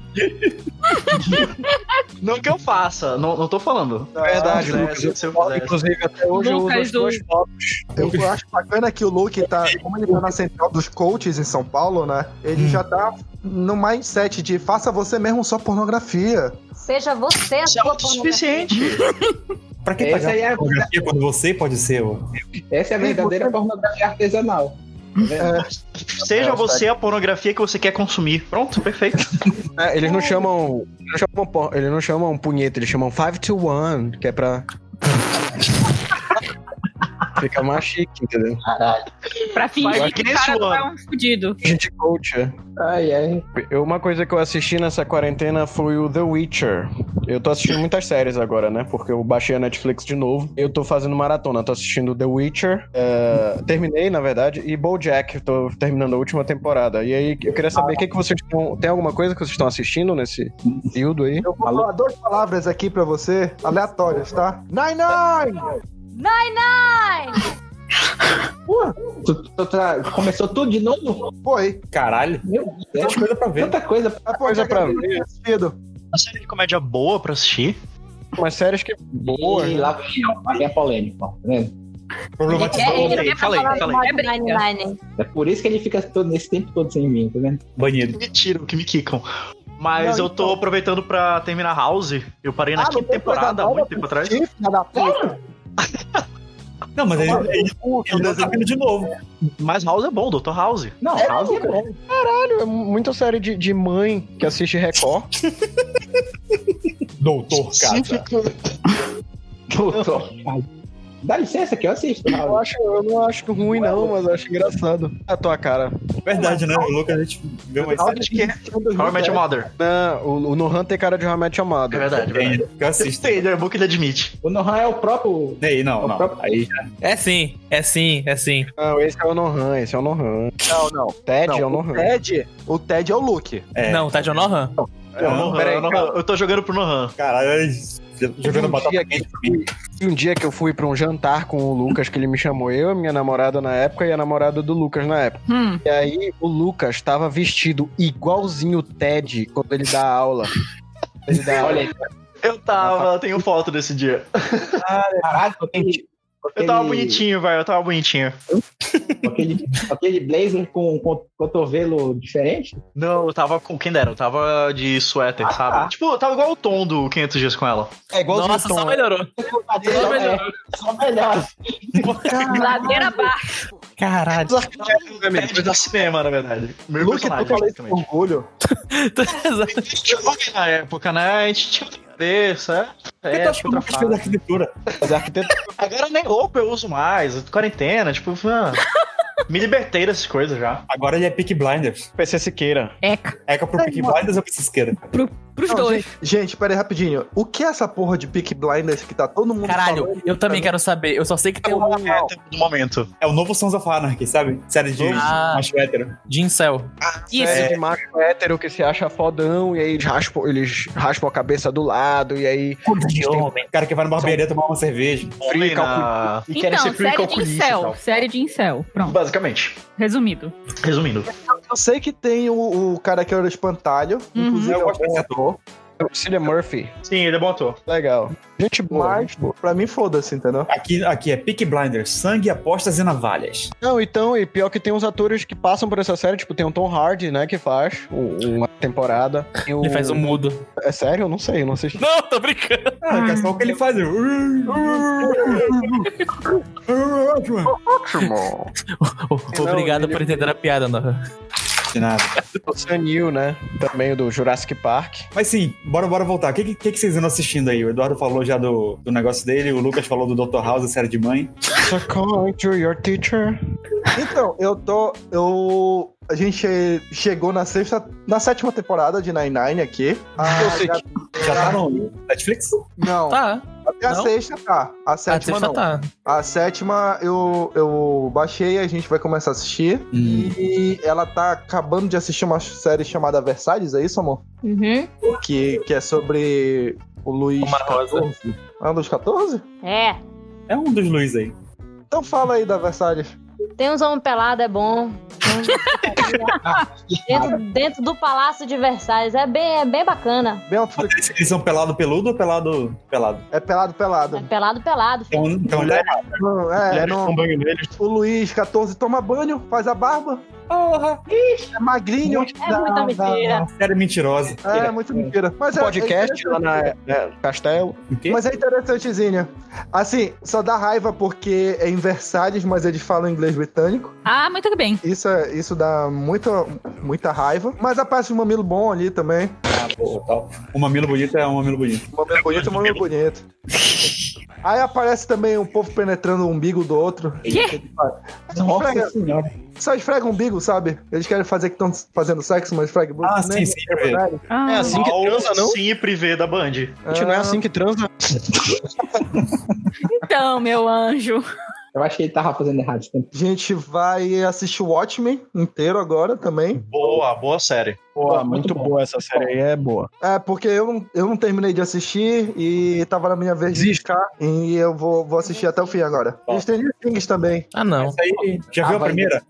Não que eu faça, não, não tô falando. É É Verdade, se eu Lucas. fizesse, Eu se eu falo, fizesse. inclusive, até hoje eu uso Lucas, as duas o- fotos. Eu acho bacana que o Luke tá, como ele tá na central dos coaches em São Paulo, né? Ele já tá no mindset de faça você mesmo só pornografia. Seja você a Isso é sua autossuficiente. Pra que Essa, pagar aí é, pornografia quando você pode ser? ô? essa é a verdadeira pornografia artesanal. Seja você a pornografia que você quer consumir. Pronto, perfeito. É, eles não chamam. Eles não chamam, por- eles não chamam punheta, eles chamam 5 to 1, que é pra. Fica mais chique, entendeu? Pra Vai fingir que que o nem cara sua. tá um fudido. Gente coach, é. Ai, ai. Eu- Uma coisa que eu assisti nessa quarentena foi o The Witcher. Eu tô assistindo muitas séries agora, né? Porque eu baixei a Netflix de novo. Eu tô fazendo maratona, tô assistindo The Witcher. é, terminei, na verdade, e BoJack. Tô terminando a última temporada. E aí, eu queria saber o que, que vocês estão... Tem alguma coisa que vocês estão assistindo nesse período aí? Eu vou falar duas palavras aqui pra você, aleatórias, tá? Nine Nine! Ai, Tu, tu tra- Começou tudo de novo? Foi. Caralho, Meu Deus, tem é tanta coisa pra ver. tanta coisa. A Coisa pra ver. assistido. Uma série de comédia boa pra assistir. Umas séries que... Boa, E né? lá vem, ó, lá vem a polêmica, ó, tá vendo? ele quer, Falei, ele quer falei, falar falei. mal de É briga. Nine-Nine. É por isso que ele fica todo, nesse tempo todo sem mim, tá vendo? Banheiro. Que me tiram, que me quicam. Mas Não, eu tô aproveitando pra terminar House. Eu parei na Ah, não quinta tem temporada, coisa há nova muito pra tempo atrás. assistir, filha da puta? Não, mas ele, ele, ele tá vindo de novo. Mas House é bom, Dr. House. Não, House é bom. É Muita série de, de mãe que assiste Record. Doutor Casa. Doutor. Dá licença que eu assisto. Eu, House. acho, eu não acho ruim, não, mas eu acho engraçado. A tua cara. Verdade, né? O Lucas, a gente vê uma House Acho que é. assistido, How I Met Your né? Mother. Não, o, o Nohan tem cara de Realmente Amado. É verdade, é verdade. que eu assisto. Tem, né? Bom que ele admite. O Nohan é o próprio. Aí, não, não. Aí, É sim, é sim, é sim. Não, esse é o Nohan, esse é o Nohan. Não, não. Ted é o não o Nohan. Ted, o Ted é o Luke. É. Não, tá de Onohan? Eu, não- peraí, eu não- eu tô jogando pro Nohan. caralho, aí, Tá jogando Um batata dia quente. E um dia que eu fui pra um jantar com o Lucas, que ele me chamou, eu, a minha namorada na época e a namorada do Lucas na época. Hum. E aí o Lucas tava vestido igualzinho o Ted quando ele dá aula. Ele dá aula. Olha aí, Eu tava, tenho foto desse dia. caralho, com aquele, com Eu tava aquele- bonitinho, velho. Eu tava bonitinho. com Aquele, com aquele blazer com, com cotovelo diferente. Não, eu tava com. Quem dera, eu tava de suéter, sabe? tá. Tipo, eu tava igual o tom do 500 Dias com ela. É igualzinho Nossa, o Tom. só melhorou. Ah, Só Então, melhorou. É, só melhor. Ladeira abaixo. Caralho. Pede do Tipo, é cinema, na verdade. Meu Luke, tu personagem, falei isso com basicamente. orgulho. Na época, né? A gente tinha cabeça, é. Eu É, tô achando que o outra Lucas fez fase. arquitetura. Mas arquiteto- Agora nem roupa eu uso mais, quarentena, tipo, ah, me libertei dessas coisas já. Agora ele é Peak Blinders. PC Siqueira. Eca. Eca pro Peak Blinders ou pra esquerda? Pros Não, dois. Gente, *laughs* gente, pera aí rapidinho. O que é essa porra de Peak Blinders que tá todo mundo falando? Caralho, eu também quero saber. Eu só sei que tem um Ah, Do momento. É o novo Sons of Anarchy, sabe? Série de Ah. macho hétero. Gincel. Isso. É. Isso. de macho hétero que se acha fodão e aí eles raspam, eles raspam a cabeça do lado e aí É, O cara que vai numa barbearia tomar uma cerveja. Homem na... E querem ser Então, frio e série de calculista então. e incel. tal. Série de incel. Pronto. Basicamente. Resumido. Resumindo. Eu sei que tem o, o cara que era o espantalho, Uhum. inclusive Eu é um gosto bom desse ator. Cillian Murphy. Sim, ele é bom ator. Legal. Gente boa. Mas, gente boa. pra mim, foda-se, entendeu? Aqui, aqui é Peak Blinders, sangue, apostas e navalhas. Não, então, e pior que tem uns atores que passam por essa série, tipo, tem o Tom Hardy, né, que faz um- uma temporada. Tem o- Ele faz um mudo. É sério? Eu não sei, eu não assisti. Não, tô brincando. Ah, que é só o que ele faz. *laughs* Obrigado por entender a piada, Nohan. De nada. O Sam Neill, né, também do Jurassic Park. Mas sim, bora, bora voltar. O que, que, que vocês andam assistindo aí? O Eduardo falou já do, do negócio dele, o Lucas falou do Dr. House, a série de mãe. So come to your teacher. Então, eu tô. Eu. A gente chegou na sexta. Na sétima temporada de Nine Nine aqui. Ah, Eu sei já- Já tá no Netflix? Não, Tá. até a não? sexta tá. A A sétima sexta não. tá. A sétima eu, eu baixei, a gente vai começar a assistir. E ela tá acabando de assistir uma série chamada Versalhes, é isso, amor? Uhum. Que, que é sobre o Luiz. Uma rosa. 14. Ah, Luiz 14? É. É um dos Luiz aí. Então fala aí da Versalhes. Tem uns homens pelados, é *laughs* bom. dentro, dentro do Palácio de Versalhes. É bem, é bem bacana. Bem Netflix. Eles, eles são pelado peludo ou pelado pelado? É pelado, pelado. É pelado, pelado. Então, então ele é errado. Não, é, Mulheres não- um com banho neles. O Luiz, 14, toma banho, faz a barba. Porra, É magrinho. É muita mentira. série mentirosa. É, muito mentira. Mas é- é Um Podcast lá na é, no Castelo. O quê? Mas é interessantezinho. Assim, só dá raiva porque é em Versalhes, mas eles falam inglês britânico. Ah, muito bem. Isso, é- isso dá muita, muita raiva. Mas a parte do mamilo bom ali também. Ah, porra, tal. Um mamilo bonito é um mamilo bonito. O mamilo bonito é o mamilo bonito. Aí aparece também o povo penetrando o umbigo do outro. Quê? Nossa senhora. Só esfrega o umbigo, sabe? Eles querem fazer que estão fazendo sexo, mas esfrega o umbigo. Ah, sim, sim, é verdade. Ah, É assim que Ao transa, não? Sim, privê um da Band. Gente, não é assim que transa. Então, meu anjo. Eu acho que ele tava fazendo errado esse tempo. A gente vai assistir o Watchmen inteiro agora também. Boa, boa série. Boa, muito muito bom. boa essa série aí, é boa. É, porque eu não, eu não terminei de assistir e tava na minha vez de indicar. E eu vou, vou assistir até o fim agora. A gente tem Things também. Ah, não. Isso aí, já Ah, viu a vai. primeira?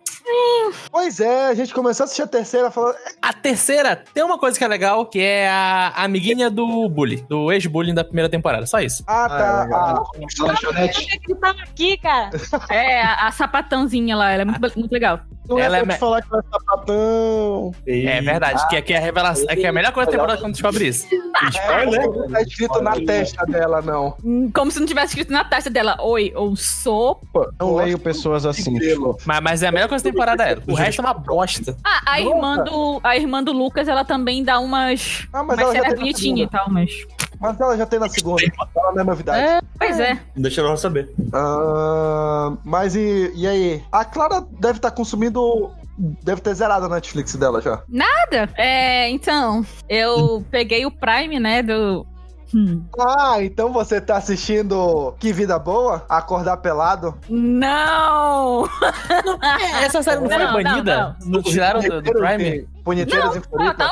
Pois é, a gente começou a assistir a terceira falando. A terceira tem uma coisa que é legal, que é a amiguinha do bully, do ex-bullying da primeira temporada. Só isso. Ah, tá. Ah, Na lanchonete. Por que que tava aqui, cara? É, a, a sapatãozinha lá, ela é muito, Ah. be- muito legal. não Ela é é pra te me- falar que vai sapatão. É verdade, que aqui é a revelação, é que é a melhor coisa da temporada quando *laughs* descobre isso. Ah, É, né? não tá escrito na testa dela, não. Hum, Como se não tivesse escrito na taxa dela, oi, ou sou. Não leio pessoas assim. tipo, Mas, mas é a melhor coisa da temporada, é. O resto é uma bosta. Ah, a irmã, do, a irmã do Lucas, ela também dá umas. Ah, mas, Mas ela já ela é tem na bonitinha e segunda. tal, mas. Mas ela já tem na segunda. Ela não é novidade. Pois é. Não deixa ela saber. Ah, mas e, e aí? A Clara deve estar consumindo. Deve ter zerado a Netflix dela já. Nada. É, então, eu peguei o Prime, né, do. Hum. Ah, então você tá assistindo Que Vida Boa? Acordar Pelado? Não! Essa série não foi Não, não, banida? Não, tiraram do, do Prime? e- Punheteiros Ah, tá Infinitas?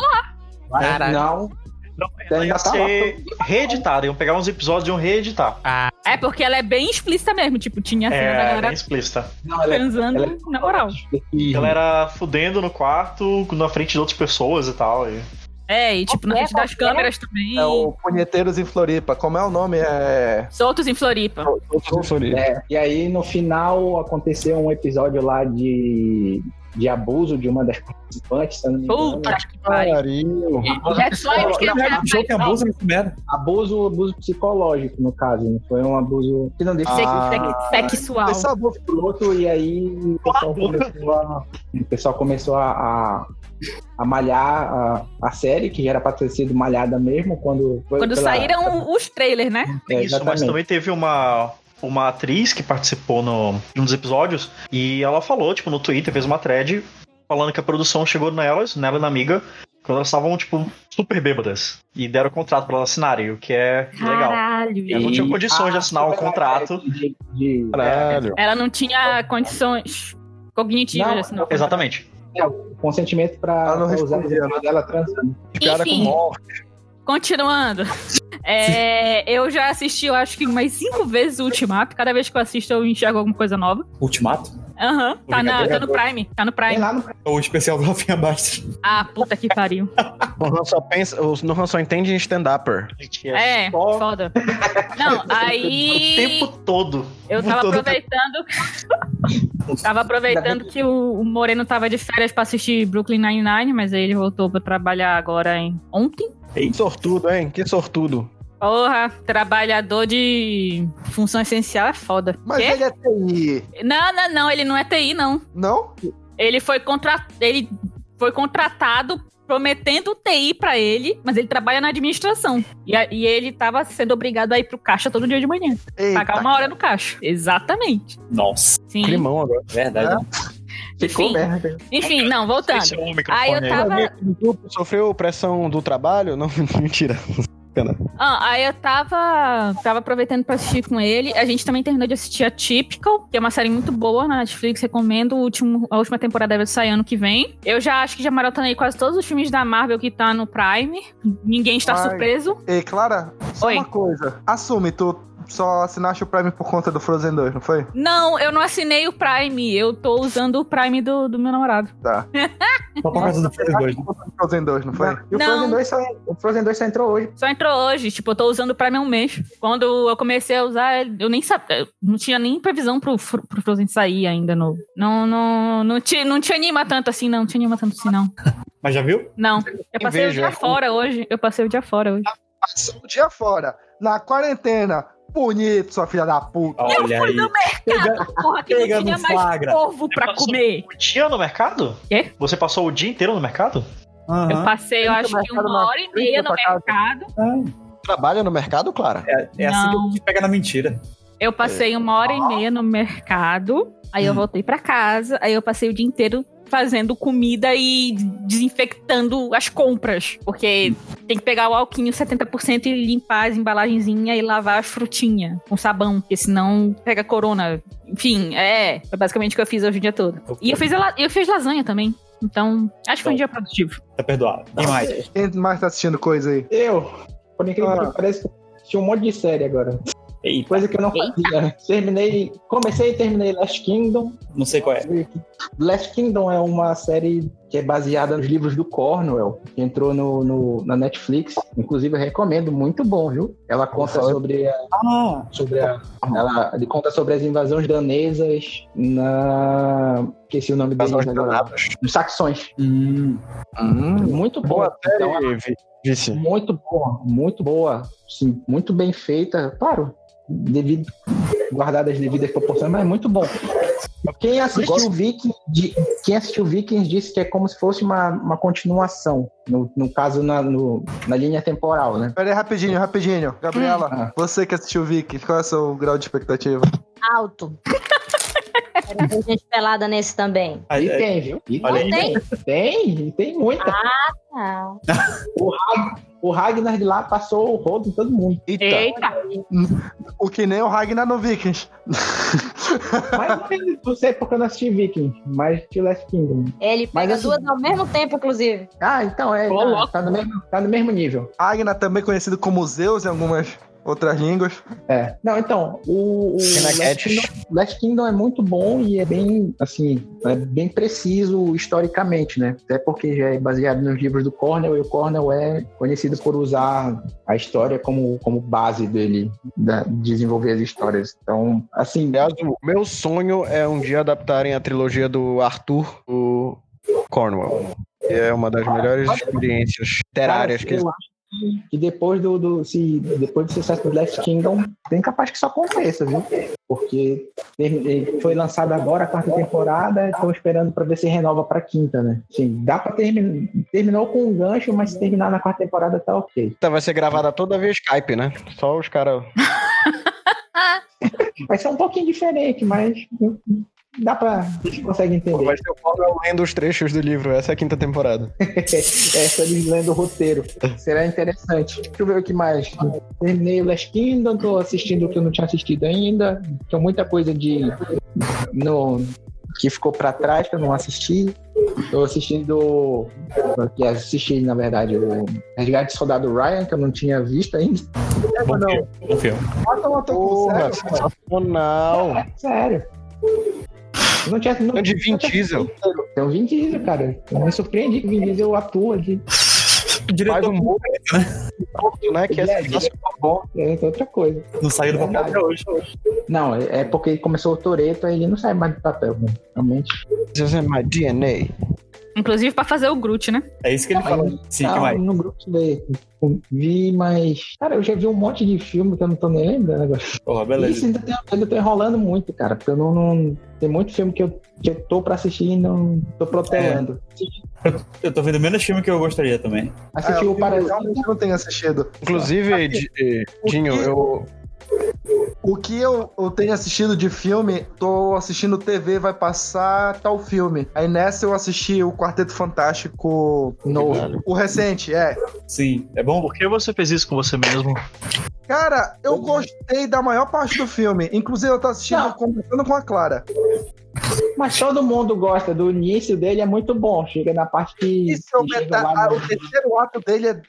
lá. Caralho. Não. Não, Ela ela ia ainda tá lá. ser reeditada. Iam pegar uns episódios e iam reeditar. É porque ela é bem explícita mesmo. Tipo, tinha a cena da É, bem galera explícita. Não, ela é- transando, ela é- na moral. Ih, Galera fudendo no quarto, na frente de outras pessoas e tal. E... É, e tipo, na Qualquer, frente das qualquer. câmeras também. É o Punheteiros em Floripa. Como é o nome? É. Soltos em Floripa. É, e aí no final aconteceu um episódio lá de, de abuso de uma das participantes, se eu não me engano. Puta que pariu. Pariu. Já é só eu esquecer a O jogo tem abuso nessa merda. Abuso, abuso psicológico, no caso. Não foi um abuso que não deixa Se- Ah. se- sexual. Foi só bo- pro outro, e aí o pessoal começou a, o pessoal começou a, a, a malhar a, a série, que já era pra ter sido malhada mesmo, quando... foi Quando pela- saíram os trailers, né? É, Isso, mas exatamente. também teve uma, uma atriz que participou no, de um dos episódios e ela falou, tipo, no Twitter, fez uma thread falando que a produção chegou nelas, nela e na amiga, quando elas estavam, tipo, super bêbadas. E deram o contrato pra elas assinarem, o que é legal. Caralho. Elas não tinham condições de Ah, assinar o foi pela- contrato. de- de- Caralho. Ela não tinha condições cognitivas, Não, assim, não. Exatamente. é, consentimento pra, Ela não pra usar o respondia. dinheiro dela transando. Piada com Enfim. morte. Continuando. É, eu já assisti, eu acho que umas cinco vezes o Ultimato. Cada vez que eu assisto, eu enxergo alguma coisa nova. Ultimato? Aham. Tá, na- tá no Prime. Tá no Tem Prime. lá no Ou o especial do Rafinha Bastos? Ah, puta que pariu. O Nohan só pensa, o Nohan só entende em stand-upper. É, só- foda. Não, O aí. tempo todo. Eu tava todo aproveitando. tava aproveitando que o o Moreno tava de férias pra assistir Brooklyn Nine-Nine, mas aí ele voltou pra trabalhar agora em ontem. Que sortudo, hein? Que sortudo. Porra, trabalhador de função essencial é foda. Mas Quê? ele é TI. Não, não, não, ele não é TI, não. Não? Ele foi, contra... ele foi contratado prometendo TI pra ele, mas ele trabalha na administração. E, a- e ele tava sendo obrigado a ir pro caixa todo dia de manhã. Pagar Eita. uma hora no caixa. Exatamente. Nossa. Sim. Climão agora. Verdade. Enfim, né? merda. enfim, não, voltando. Esse é o microfone tá. Aí eu aí. tava. O grupo Sofreu pressão do trabalho? Não, *laughs* mentira. Ah, aí eu tava, tava aproveitando pra assistir com ele. A gente também terminou de assistir a Typical, que é uma série muito boa na Netflix, recomendo. O último, a última temporada deve sair ano que vem. Eu já acho que já maratonei quase todos os filmes da Marvel que tá no Prime. Ninguém está Ai. surpreso. Ei, Clara, só Oi. uma coisa. Assume, tu só assinaste o Prime por conta do Frozen 2, não foi? Não, eu não assinei o Prime. Eu tô usando o Prime do, do meu namorado. Tá. Só por causa do Frozen 2. Por conta do Frozen 2, não foi? E o Não. Frozen, 2 só, o Frozen 2 só entrou hoje. Só entrou hoje. Tipo, eu tô usando o Prime há um mês. Quando eu comecei a usar, eu nem sabia. eu Não tinha nem previsão pro, Fro- pro Frozen sair ainda. No, não, não, não, te, não te anima tanto assim, não. Não te anima tanto assim, não. Mas já viu? Não. Eu passei Inveja. o dia fora hoje. Eu passei o dia fora hoje. Passou o dia fora, na quarentena. Bonito, sua filha da puta. Olha aí. Porra, que pega não no tinha mais flagra. ovo pra Passou comer. O um dia no mercado? Quê? Você passou o dia inteiro no mercado? Eu Aham. passei, eu Tem acho que mercado uma na hora e frente meia da no tua casa. mercado. Trabalha no mercado, Clara? É assim que Não. eu te pega na mentira. Eu passei uma hora e meia no mercado. Aí eu voltei pra casa. Aí eu passei o dia inteiro fazendo comida e desinfectando as compras. Porque tem que pegar o alquinho 70% e limpar as embalagenzinhas e lavar as frutinhas com sabão. Porque senão pega corona. Enfim, é. Foi basicamente o que eu fiz hoje o dia todo. E eu fiz, a la- eu fiz lasanha também. Então, acho que foi um dia produtivo. Tá perdoado. E mais? Quem mais tá assistindo coisa aí? Eu, por incrível Ah. que pareça, tinha um monte de série agora. Eita, Coisa que eu não fazia. Terminei, comecei e terminei Last Kingdom. não sei qual é. Last Kingdom é uma série que é baseada nos livros do Cornwell, que entrou no, no- na Netflix. Inclusive, eu recomendo, muito bom, viu? Ela conta sobre a, Ah, sobre a- ela ele conta sobre as invasões danesas na esqueci o nome deles Invasões agora. Nos saxões. hum. Muito bom. Boa série, Então, Vi- Vice. Muito boa, muito boa. Sim, muito bem feita, claro. Devido, guardadas as devidas proporções, mas é muito bom. Quem assistiu Vikings, di- quem assistiu Vikings disse que é como se fosse uma, uma continuação, no, no caso, na, no- na linha temporal, né? Pera aí, rapidinho, rapidinho. Gabriela, você que assistiu o Vicky, qual é o seu grau de expectativa? Alto. Era tem gente pelada nesse também. Ah, E é- tem, viu? E Olha aí. tem, tem, e tem muita. Ah, O Ragnar de lá passou o rodo em todo mundo. Tá. Eita! O que nem o Ragnar no Vikings. Mas não sei porque eu não assisti Vikings, mas assisti Last Kingdom. ele Mas pega assim- duas ao mesmo tempo, inclusive. Ah, então é. Ô, Tá, louco. tá no mesmo, tá no mesmo nível. Ragnar também conhecido como Zeus em algumas outras línguas. É. Não, então, o, o Last, Kingdom, Last Kingdom é muito bom e é bem, assim, é bem preciso historicamente, né? Até porque já é baseado nos livros do Cornell e o Cornell é conhecido por usar a história como, como base dele, da- desenvolver as histórias. Então, assim, Aliás, o meu sonho é um dia adaptarem a trilogia do Arthur do Cornwell. E é uma das melhores experiências literárias que eu acho que- que depois do, do se depois do sucesso do Last Kingdom, tem capaz que só aconteça, viu? Porque termi- foi lançada agora a quarta temporada, estão esperando para ver se renova para quinta, né? Sim, dá para terminar, terminou com um gancho, mas se terminar na quarta temporada tá OK. Tá, vai ser gravada toda vez Skype, né? Só os caras. Vai ser um pouquinho diferente, mas dá para consegue entender. Vai ser o Paulo lendo os trechos do livro. Essa é a quinta temporada. Essa eles É, lendo o roteiro. Será interessante. Deixa eu ver o que mais. Terminei o Last Kingdom, tô assistindo o que eu não tinha assistido ainda. Tem muita coisa de. No, que ficou pra trás que eu não assisti. Tô assistindo. Que assisti, na verdade, o Resgate do Soldado Ryan, que eu não tinha visto ainda. bom filme. Bom filme. Porra, sensacional. Sério. Eu Não tinha, não, Grande Vin não tinha- Diesel. Tem o Vin Diesel, cara. Eu me surpreendi que o Vin Diesel atua de O Faz diretor um bom, né? Que é sensacional. bom, é outra coisa. não saiu do papel até hoje. Não, é é porque começou o Toreto, aí ele não sai mais do papel, né? realmente. This is my DNA. Inclusive pra fazer o Groot, né? É isso que ele fala. Sim, que Tá, mais? no grupo dele. Vi, mas. Cara, eu já vi um monte de filme que eu não tô nem lembrando agora. Porra, Isso beleza. ainda tem, ainda tô enrolando muito, cara. Porque eu não. não- tem muito filme que eu, que eu tô pra assistir e não tô protelando. Eu tô vendo menos filme que eu gostaria também. É. Assisti é o Parasita. Realmente não tenho assistido. Inclusive, Di- eh, Dinho, eu. O que eu, eu tenho assistido de filme, tô assistindo TV, vai passar tal filme. Aí nessa eu assisti o Quarteto Fantástico novo. O recente, é. Sim, é bom? Por que você fez isso com você mesmo? Cara, eu é. gostei da maior parte do filme. Inclusive, eu tô assistindo, Não. conversando com a Clara. Mas todo mundo gosta. Do início dele é muito bom. Chega na parte que. Isso é o, que chega meta- lá ah, no- o terceiro ato dele é,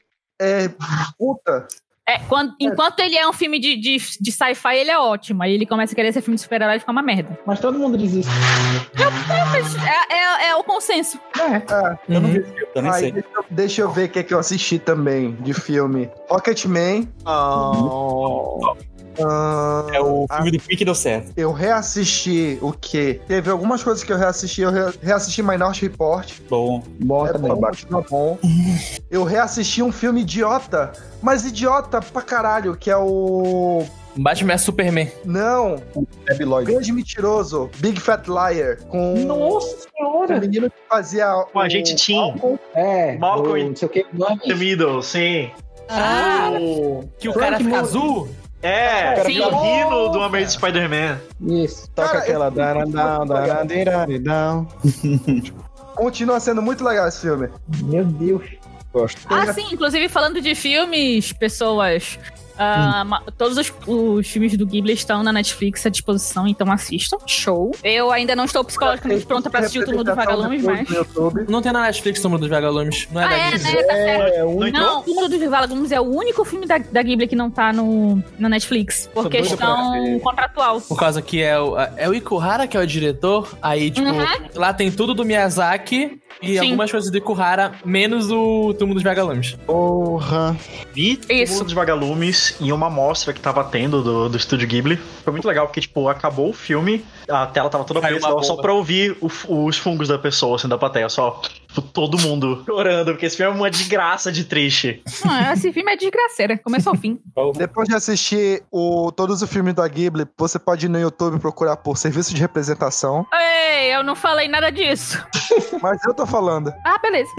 é puta. É, quando- enquanto ele é um filme de, de, de sci-fi, ele é ótimo. Aí ele começa a querer ser filme de super-herói e fica uma merda. Mas todo mundo diz isso. Mas É, é- é o consenso. Eu não vi. Eu nem Aí, sei. deixa, eu, deixa eu ver o que, é que eu assisti também de filme. Rocketman. Ah, É o filme do Pique que deu certo. eu reassisti o quê? Teve algumas coisas que eu reassisti. Eu re- reassisti Minority Report. Bom. Bom É também. bom, continua bom. Eu reassisti um filme idiota, mas idiota pra caralho, que é o. Batman é Superman. Não, Debi o Lloyd. Grande Mentiroso, Big Fat Liar, com Nossa o senhora! menino que fazia. Com a gente tinha. É, Malcolm o- não sei o que o nome. The Middle, sim. Ah, Que o Frank cara fica Miller. azul. É, Cara, sim, o Rino do Amazing Spider-Man. isso. Toca Cara, é aquela. eu- daradão, daradiraridão. Continua sendo muito legal esse filme. Meu Deus. Ah, sim, inclusive falando de filmes, pessoas. ah, ma- Todos os, os filmes do Ghibli estão na Netflix à disposição, então assistam. Show. Eu ainda não estou psicologicamente pronta pra assistir o turno do Vagalumes, mas. Depois do YouTube. Não tem na Netflix o Túmulo dos Vagalumes. Não é Ah, da é, Disney. né? Tá certo. É, um. Não, o Túmulo dos Vagalumes é o único filme da, da Ghibli que não tá no, na Netflix, por Tô doido pra questão contratual. Por causa que é o, é o Ikuhara que é o diretor, aí, tipo, Uhum. lá tem tudo do Miyazaki e Sim. algumas coisas do Ikuhara, menos o Túmulo dos Vagalumes. Porra. Vi Isso. Isso. dos Vagalumes em uma mostra que tava tendo do, do Estúdio Ghibli. Foi muito legal, porque, tipo, acabou o filme, a tela tava toda Caiu preta, uma tava só bomba. pra ouvir o f- os fungos da pessoa, assim, da plateia, só tipo, todo mundo chorando, porque esse filme é uma desgraça de triste. Ah, esse filme é desgraceira, começou ao fim. Depois de assistir o, todos os filmes da Ghibli, você pode ir no YouTube procurar por serviço de representação. *laughs* Ei, eu não falei nada disso. Mas eu tô falando. Ah, beleza.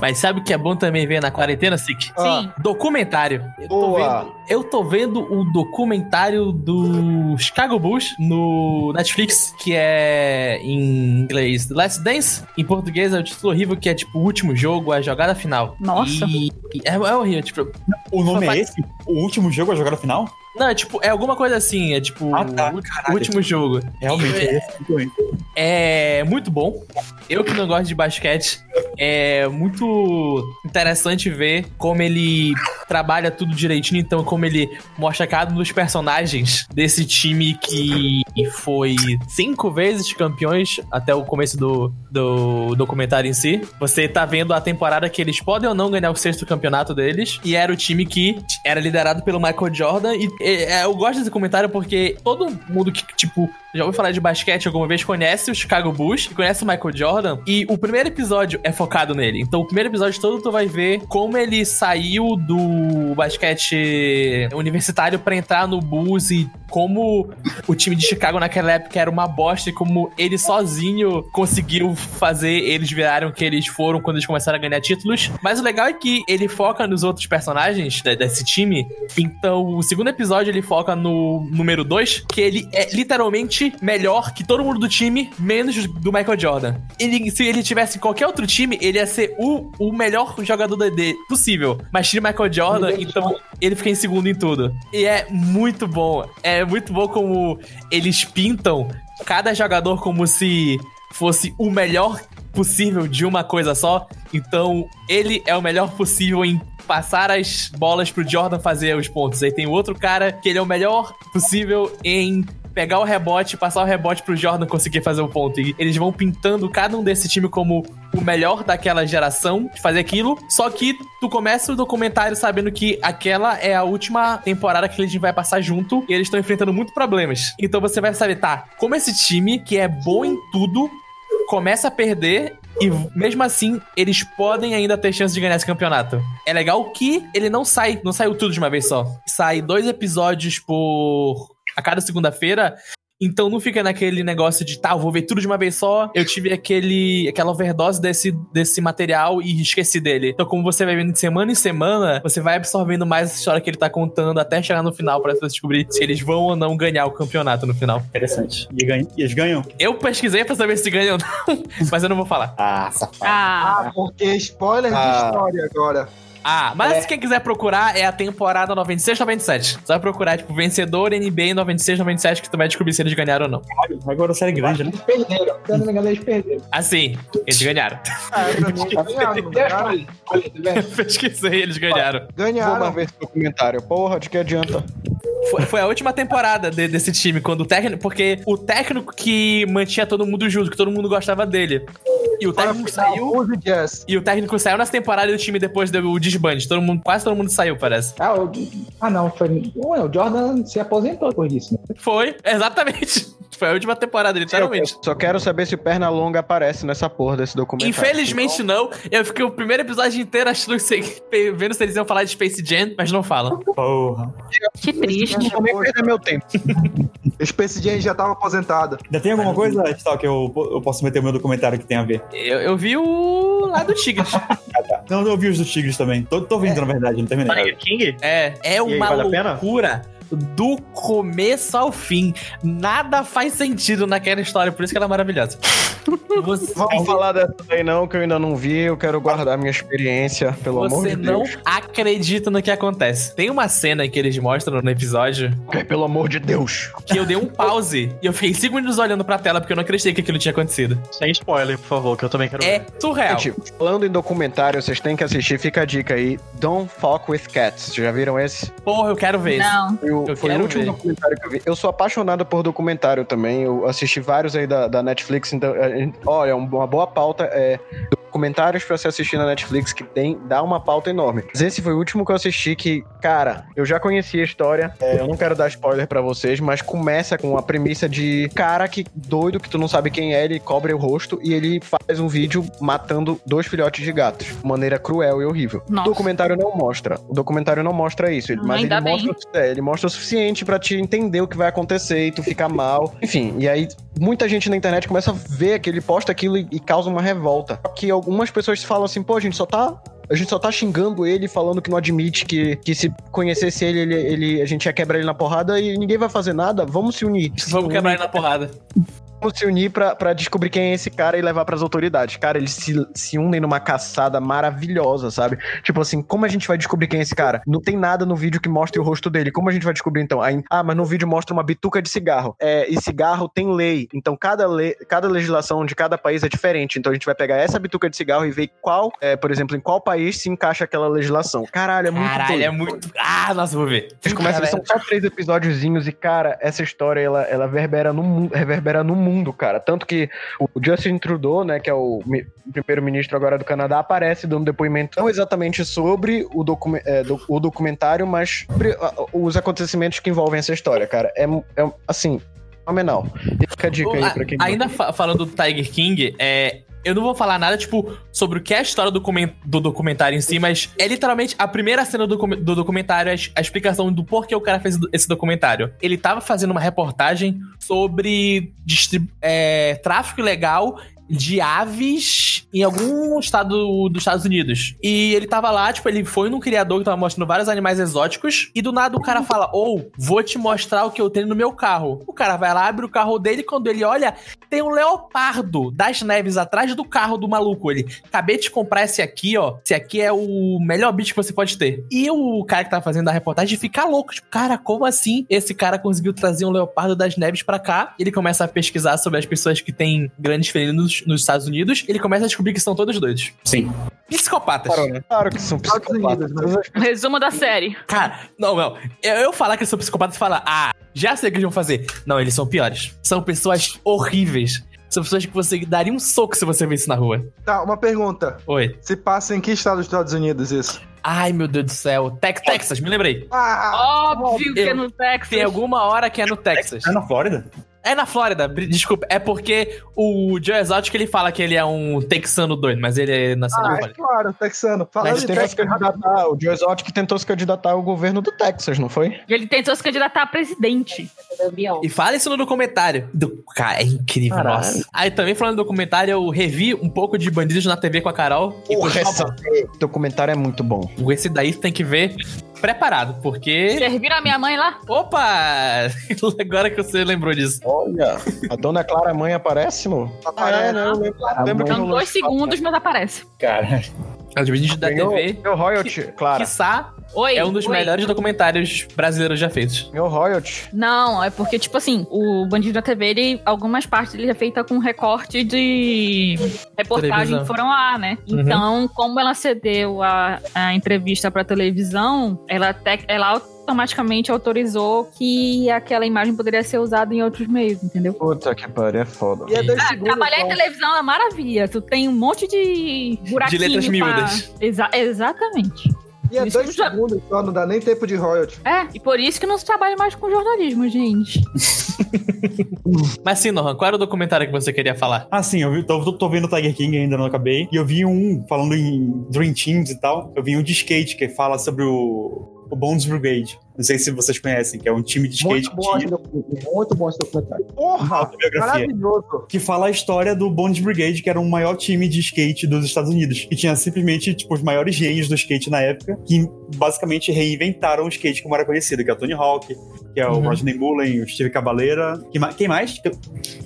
Mas sabe o que é bom também ver na quarentena, Sik? *laughs* Sim. Documentário. Eu tô, Boa. vendo, eu tô vendo o documentário do Chicago Bulls no Netflix, que é em inglês The Last Dance, em português é o título horrível, que é tipo o último jogo, a jogada final. Nossa. E, e é, é horrível, tipo. O nome Só é esse? O último jogo a jogada final? Não, é tipo, é alguma coisa assim, é tipo. Ah, tá. o ulti- Caralho. último jogo. Realmente, E- é esse. Muito bem. É muito bom. Eu que não gosto de basquete, é muito interessante ver como ele trabalha tudo direitinho, então como ele mostra cada um dos personagens desse time que foi cinco vezes campeões até o começo do, do documentário em si. Você tá vendo a temporada que eles podem ou não ganhar o sexto campeonato deles. E era o time que era liderado pelo Michael Jordan. E é, é, eu gosto desse comentário porque todo mundo que, tipo, já ouviu falar de basquete alguma vez conhece o Chicago Bulls, e conhece o Michael Jordan. E o primeiro episódio é focado nele. Então o primeiro episódio todo tu vai ver como ele saiu do basquete universitário pra entrar no Bulls e como o time de Chicago naquela época era uma bosta e como ele sozinho conseguiu fazer eles viraram o que eles foram quando eles começaram a ganhar títulos. Mas o legal é que ele foca nos outros personagens de- desse time. Então, o segundo episódio ele foca no número 2, que ele é literalmente melhor que todo mundo do time, menos do Michael Jordan. Ele, se ele tivesse em qualquer outro time, ele ia ser o, o melhor jogador da D possível. Mas tira o Michael Jordan, então ele fica em segundo em tudo. E é muito bom. É muito bom como eles pintam cada jogador como se fosse o melhor possível de uma coisa só. Então, ele é o melhor possível em passar as bolas pro Jordan fazer os pontos. Aí tem outro cara que ele é o melhor possível em pegar o rebote, passar o rebote pro Jordan conseguir fazer o ponto. E eles vão pintando cada um desse time como o melhor daquela geração de fazer aquilo. Só que tu começa o documentário sabendo que aquela é a última temporada que eles vai passar junto e eles estão enfrentando muitos problemas. Então você vai saber, tá, como esse time, que é bom em tudo, começa a perder e mesmo assim eles podem ainda ter chance de ganhar esse campeonato. É legal que ele não sai, não saiu tudo de uma vez só. Sai dois episódios por a cada segunda-feira. Então não fica naquele negócio de, tá, eu vou ver tudo de uma vez só. Eu tive aquele aquela overdose desse, desse material e esqueci dele. Então como você vai vendo de semana em semana, você vai absorvendo mais essa história que ele tá contando até chegar no final pra você descobrir se eles vão ou não ganhar o campeonato no final. Interessante. E, ganha- e eles ganham? Eu pesquisei pra saber se ganha ou não, *laughs* mas eu não vou falar. Ah, safado. Ah, Ah, porque spoiler Ah. de história agora. Ah, mas se quem quiser procurar, é a temporada 96-97. Só procurar, tipo, vencedor NBA 96-97, que tu vai descobrir se eles ganharam ou não. Agora a série grande, né? Eles perderam. Se eu não me engano, eles perderam. Tá Assim, eles *laughs* ganharam. Ah, pra mim, *laughs* ganharam, *laughs* não ganharam. Olha, olha, tá vendo? Eu pesquisei, eles ganharam. Vou uma Ganharam. vez pro comentário. Porra, de que adianta? Foi, foi a última temporada de- desse time, quando o técnico. Porque o técnico que mantinha todo mundo junto, que todo mundo gostava dele. E o técnico saiu. Use Jazz. E o técnico saiu nessa temporada e o time depois deu o desbande. Todo mundo, quase todo mundo saiu, parece. Ah, o- ah, não, foi. Ué, o Jordan se aposentou depois disso. né? Foi, exatamente. *laughs* Foi a última temporada, literalmente. Só quero saber se perna longa aparece nessa porra desse documentário. Infelizmente não. Eu fiquei o primeiro episódio inteiro achando que se- vendo se eles iam falar de Space Jam, mas não falam. Porra. Que triste. Não vou nem perder meu tempo. Space Jam já tava aposentado. Ainda tem alguma coisa, Stal, que eu, eu posso meter o meu documentário que tem a ver? Eu, eu vi o lá do Tigres. *laughs* Não, eu vi os do Tigres também. Tô, tô vendo, na verdade, não terminei. Tiger King? É, é aí, uma vale a pena? loucura do começo ao fim. Nada faz sentido naquela história, por isso que ela é maravilhosa. Você, Vamos falar dessa daí não, que eu ainda não vi. Eu quero guardar minha experiência, pelo amor você de não Deus. acredita no que acontece. Tem uma cena que eles mostram no episódio É, Pelo amor de Deus. que eu dei um pause e eu fiquei cinco minutos olhando pra tela porque eu não acreditei que aquilo tinha acontecido. Sem spoiler, por favor, que eu também quero É ver. surreal. Gente, falando em documentário, vocês têm que assistir, fica a dica aí. Don't Fuck With Cats. Vocês já viram esse? Porra, eu quero ver isso. Não. Foi o, Eu foi o quero último ver. documentário que eu vi. Eu sou apaixonado por documentário também. Eu assisti vários aí da, da Netflix. Então, a gente- olha, uma boa pauta é documentários pra você assistir na Netflix que tem, dá uma pauta enorme. Mas esse foi o último que eu assisti que, cara, eu já conhecia a história. É, eu não quero dar spoiler pra vocês, mas começa com a premissa de cara que doido que tu não sabe quem é, ele cobre o rosto e ele faz um vídeo matando dois filhotes de gatos de maneira cruel e horrível. Nossa. O documentário não mostra. O documentário não mostra isso, ele- Ah, mas ainda ele bem. mostra é, ele mostra o suficiente pra te entender o que vai acontecer e tu ficar mal. *laughs* Enfim, e aí muita gente na internet começa a ver que ele posta aquilo e, e causa uma revolta. Só Que algumas pessoas falam assim, pô, a gente só tá. A gente só tá xingando ele, falando que não admite que, que se conhecesse ele, ele, ele- a gente ia quebrar ele na porrada e ninguém vai fazer nada. Vamos se unir. Se Vamos unem, quebrar ele na porrada. Vamos se unir pra, pra descobrir quem é esse cara e levar pras autoridades. Cara, eles se, se unem numa caçada maravilhosa, sabe? Tipo assim, como a gente vai descobrir quem é esse cara? Não tem nada no vídeo que mostre o rosto dele. Como a gente vai descobrir então? Aí, ah, mas no vídeo mostra uma bituca de cigarro. É, e cigarro tem lei. Então cada, le cada legislação de cada país é diferente. Então a gente vai pegar essa bituca de cigarro e ver qual, é, por exemplo, em qual país se encaixa aquela legislação. Caralho, é muito Caralho, doido. é muito. Ah, nossa, vou ver. Eles começam, eles são só três episódiozinhos e, cara, essa história, ela, ela reverbera, no, mu- reverbera no mundo, cara. Tanto que o Justin Trudeau, né, que é o mi- primeiro-ministro agora do Canadá, aparece dando depoimento não exatamente sobre o, docu é, do- o documentário, mas sobre ah, os acontecimentos que envolvem essa história, cara. É, mu- é assim, fenomenal. E Fica a dica aí pra quem... A- Ainda fa- falando do Tiger King, é, eu não vou falar nada, tipo, sobre o que é a história do, comen- do documentário em si, mas é literalmente a primeira cena do, docu- do documentário, a, es- a explicação do porquê o cara fez do- esse documentário. Ele tava fazendo uma reportagem sobre distri- é, tráfico ilegal de aves em algum estado dos Estados Unidos. E ele tava lá, tipo, ele foi num criador que tava mostrando vários animais exóticos. E do nada o cara fala: Ou, vou te mostrar o que eu tenho no meu carro. O cara vai lá, abre o carro dele. Quando ele olha, tem um leopardo das neves atrás do carro do maluco. Ele, acabei de comprar esse aqui, ó. Esse aqui é o melhor bicho que você pode ter. E o cara que tá fazendo a reportagem fica louco. Tipo, cara, como assim esse cara conseguiu trazer um leopardo das neves pra cá? Ele começa a pesquisar sobre as pessoas que têm grandes felinos nos Estados Unidos. Ele começa a descobrir que são todos doidos. Sim. Psicopatas. Claro, né? Claro que são Estados psicopatas. Unidos, né? Resumo da série. Cara, não, não. Eu, eu falar que eles são psicopatas e falar, ah, já sei o que eles vão fazer. Não, eles são piores. São pessoas horríveis. São pessoas que você daria um soco se você visse na rua. Tá, uma pergunta. Oi. Se passa em que estado dos Estados Unidos isso? Ai, meu Deus do céu. Tex Texas, me lembrei. Ah, Óbvio que é no Texas. Tem alguma hora que é no Texas. É na Flórida? É na Flórida, br- desculpa. É porque o Joe Exotic, ele fala que ele é um texano doido, mas ele nasceu na ah, é Flórida. claro, texano. Falando Eles de tentam se texano, candidatar, o Joe Exotic tentou se candidatar ao governo do Texas, não foi? E ele tentou se candidatar a presidente. E fala isso no documentário. Do... Cara, é incrível, Caralho. nossa. Aí também falando do documentário, eu revi um pouco de Bandidos na TV com a Carol. E Porra, gostava essa- esse documentário é muito bom. Esse daí tem que ver preparado, porque. Serviram a minha mãe lá? Opa! *laughs* Agora que você lembrou disso. Olha, a dona Clara Mãe aparece, no? Aparece. não, lembro, Clara tá lembro Mãe. que São rolou dois esse papo. segundos, mas aparece. Cara. A Dividend da Meu, TV, meu royalty, claro. quiçá, Oi. é um dos oi. melhores documentários brasileiros já né? feitos. Meu royalty. Não, é porque, tipo assim, o Bandido da TV, ele, algumas partes ele é feita com recorte de reportagem Televisão. que foram lá, né? Uhum. Então, como ela cedeu a, a entrevista pra televisão, ela, até, ela automaticamente autorizou que aquela imagem poderia ser usada em outros meios, entendeu? Puta que pariu, é foda. E é dois Ah, segundos. trabalhar em então. televisão é maravilha. Tu tem um monte de buraquinho De letras pra- miúdas. Exa- exatamente. E é Isso dois já- segundos só, não dá nem tempo de royalty. É, e por isso que não se trabalha mais com jornalismo, gente. Mas sim, Nohan, qual era o documentário que você queria falar? Ah, sim, eu vi, tô, tô, tô vendo Tiger King ainda, não acabei. E eu vi um, falando em Dream Teams e tal, eu vi um de skate que fala sobre o, o Bones Brigade. Não sei se vocês conhecem, que é um time de skate Muito que bom, esse tinha documentário, muito bom esse documentário. uma Porra! autobiografia. Maravilhoso. Que fala a história do Bones Brigade, que era o maior time de skate dos Estados Unidos. E tinha simplesmente, tipo, os maiores gênios do skate na época, que basicamente reinventaram o skate como era conhecido, que é o Tony Hawk, que é o Uhum. Rodney Mullen, o Steve Cabaleira. Quem ma- Quem mais?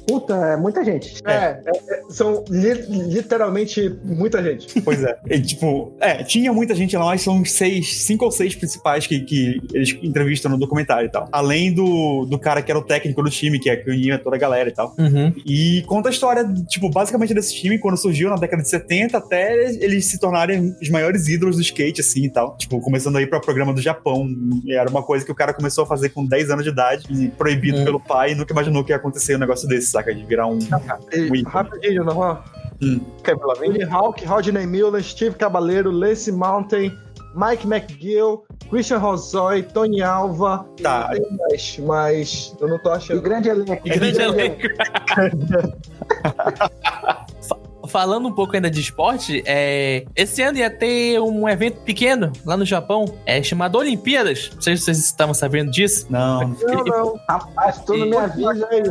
Puta, é muita gente. É, é, é, são li- literalmente muita gente. Pois é. E, tipo, é, tinha muita gente lá, mas são uns seis, cinco ou seis principais que, que eles entrevistam no documentário e tal. Além do, do cara que era o técnico do time, que é que unia toda a galera e tal. Uhum. E conta a história, tipo, basicamente desse time, quando surgiu na década de 70, até eles se tornarem os maiores ídolos do skate, assim e tal. Tipo, começando aí para o programa do Japão. E Era uma coisa que o cara começou a fazer com 10 anos de idade, e proibido Hum. pelo pai, e nunca imaginou que ia acontecer um negócio desse, saca? De virar um. E, Muito. rapidinho, não ó. Hum. Quer pela Tony Hawk, Rodney Miller, Steve Cabaleiro, Lacey Mountain, Mike McGill, Christian Rosoy, Tony Alva. Tá. Tem mais, mas eu não tô E achando. É grande elenco. E grande elenco. Fa- Falando um pouco ainda de esporte, é, esse ano ia ter um evento pequeno lá no Japão, é chamado Olimpíadas. Não sei se vocês estavam sabendo disso. Não. Não, não. Rapaz, tu não me E- avisa aí.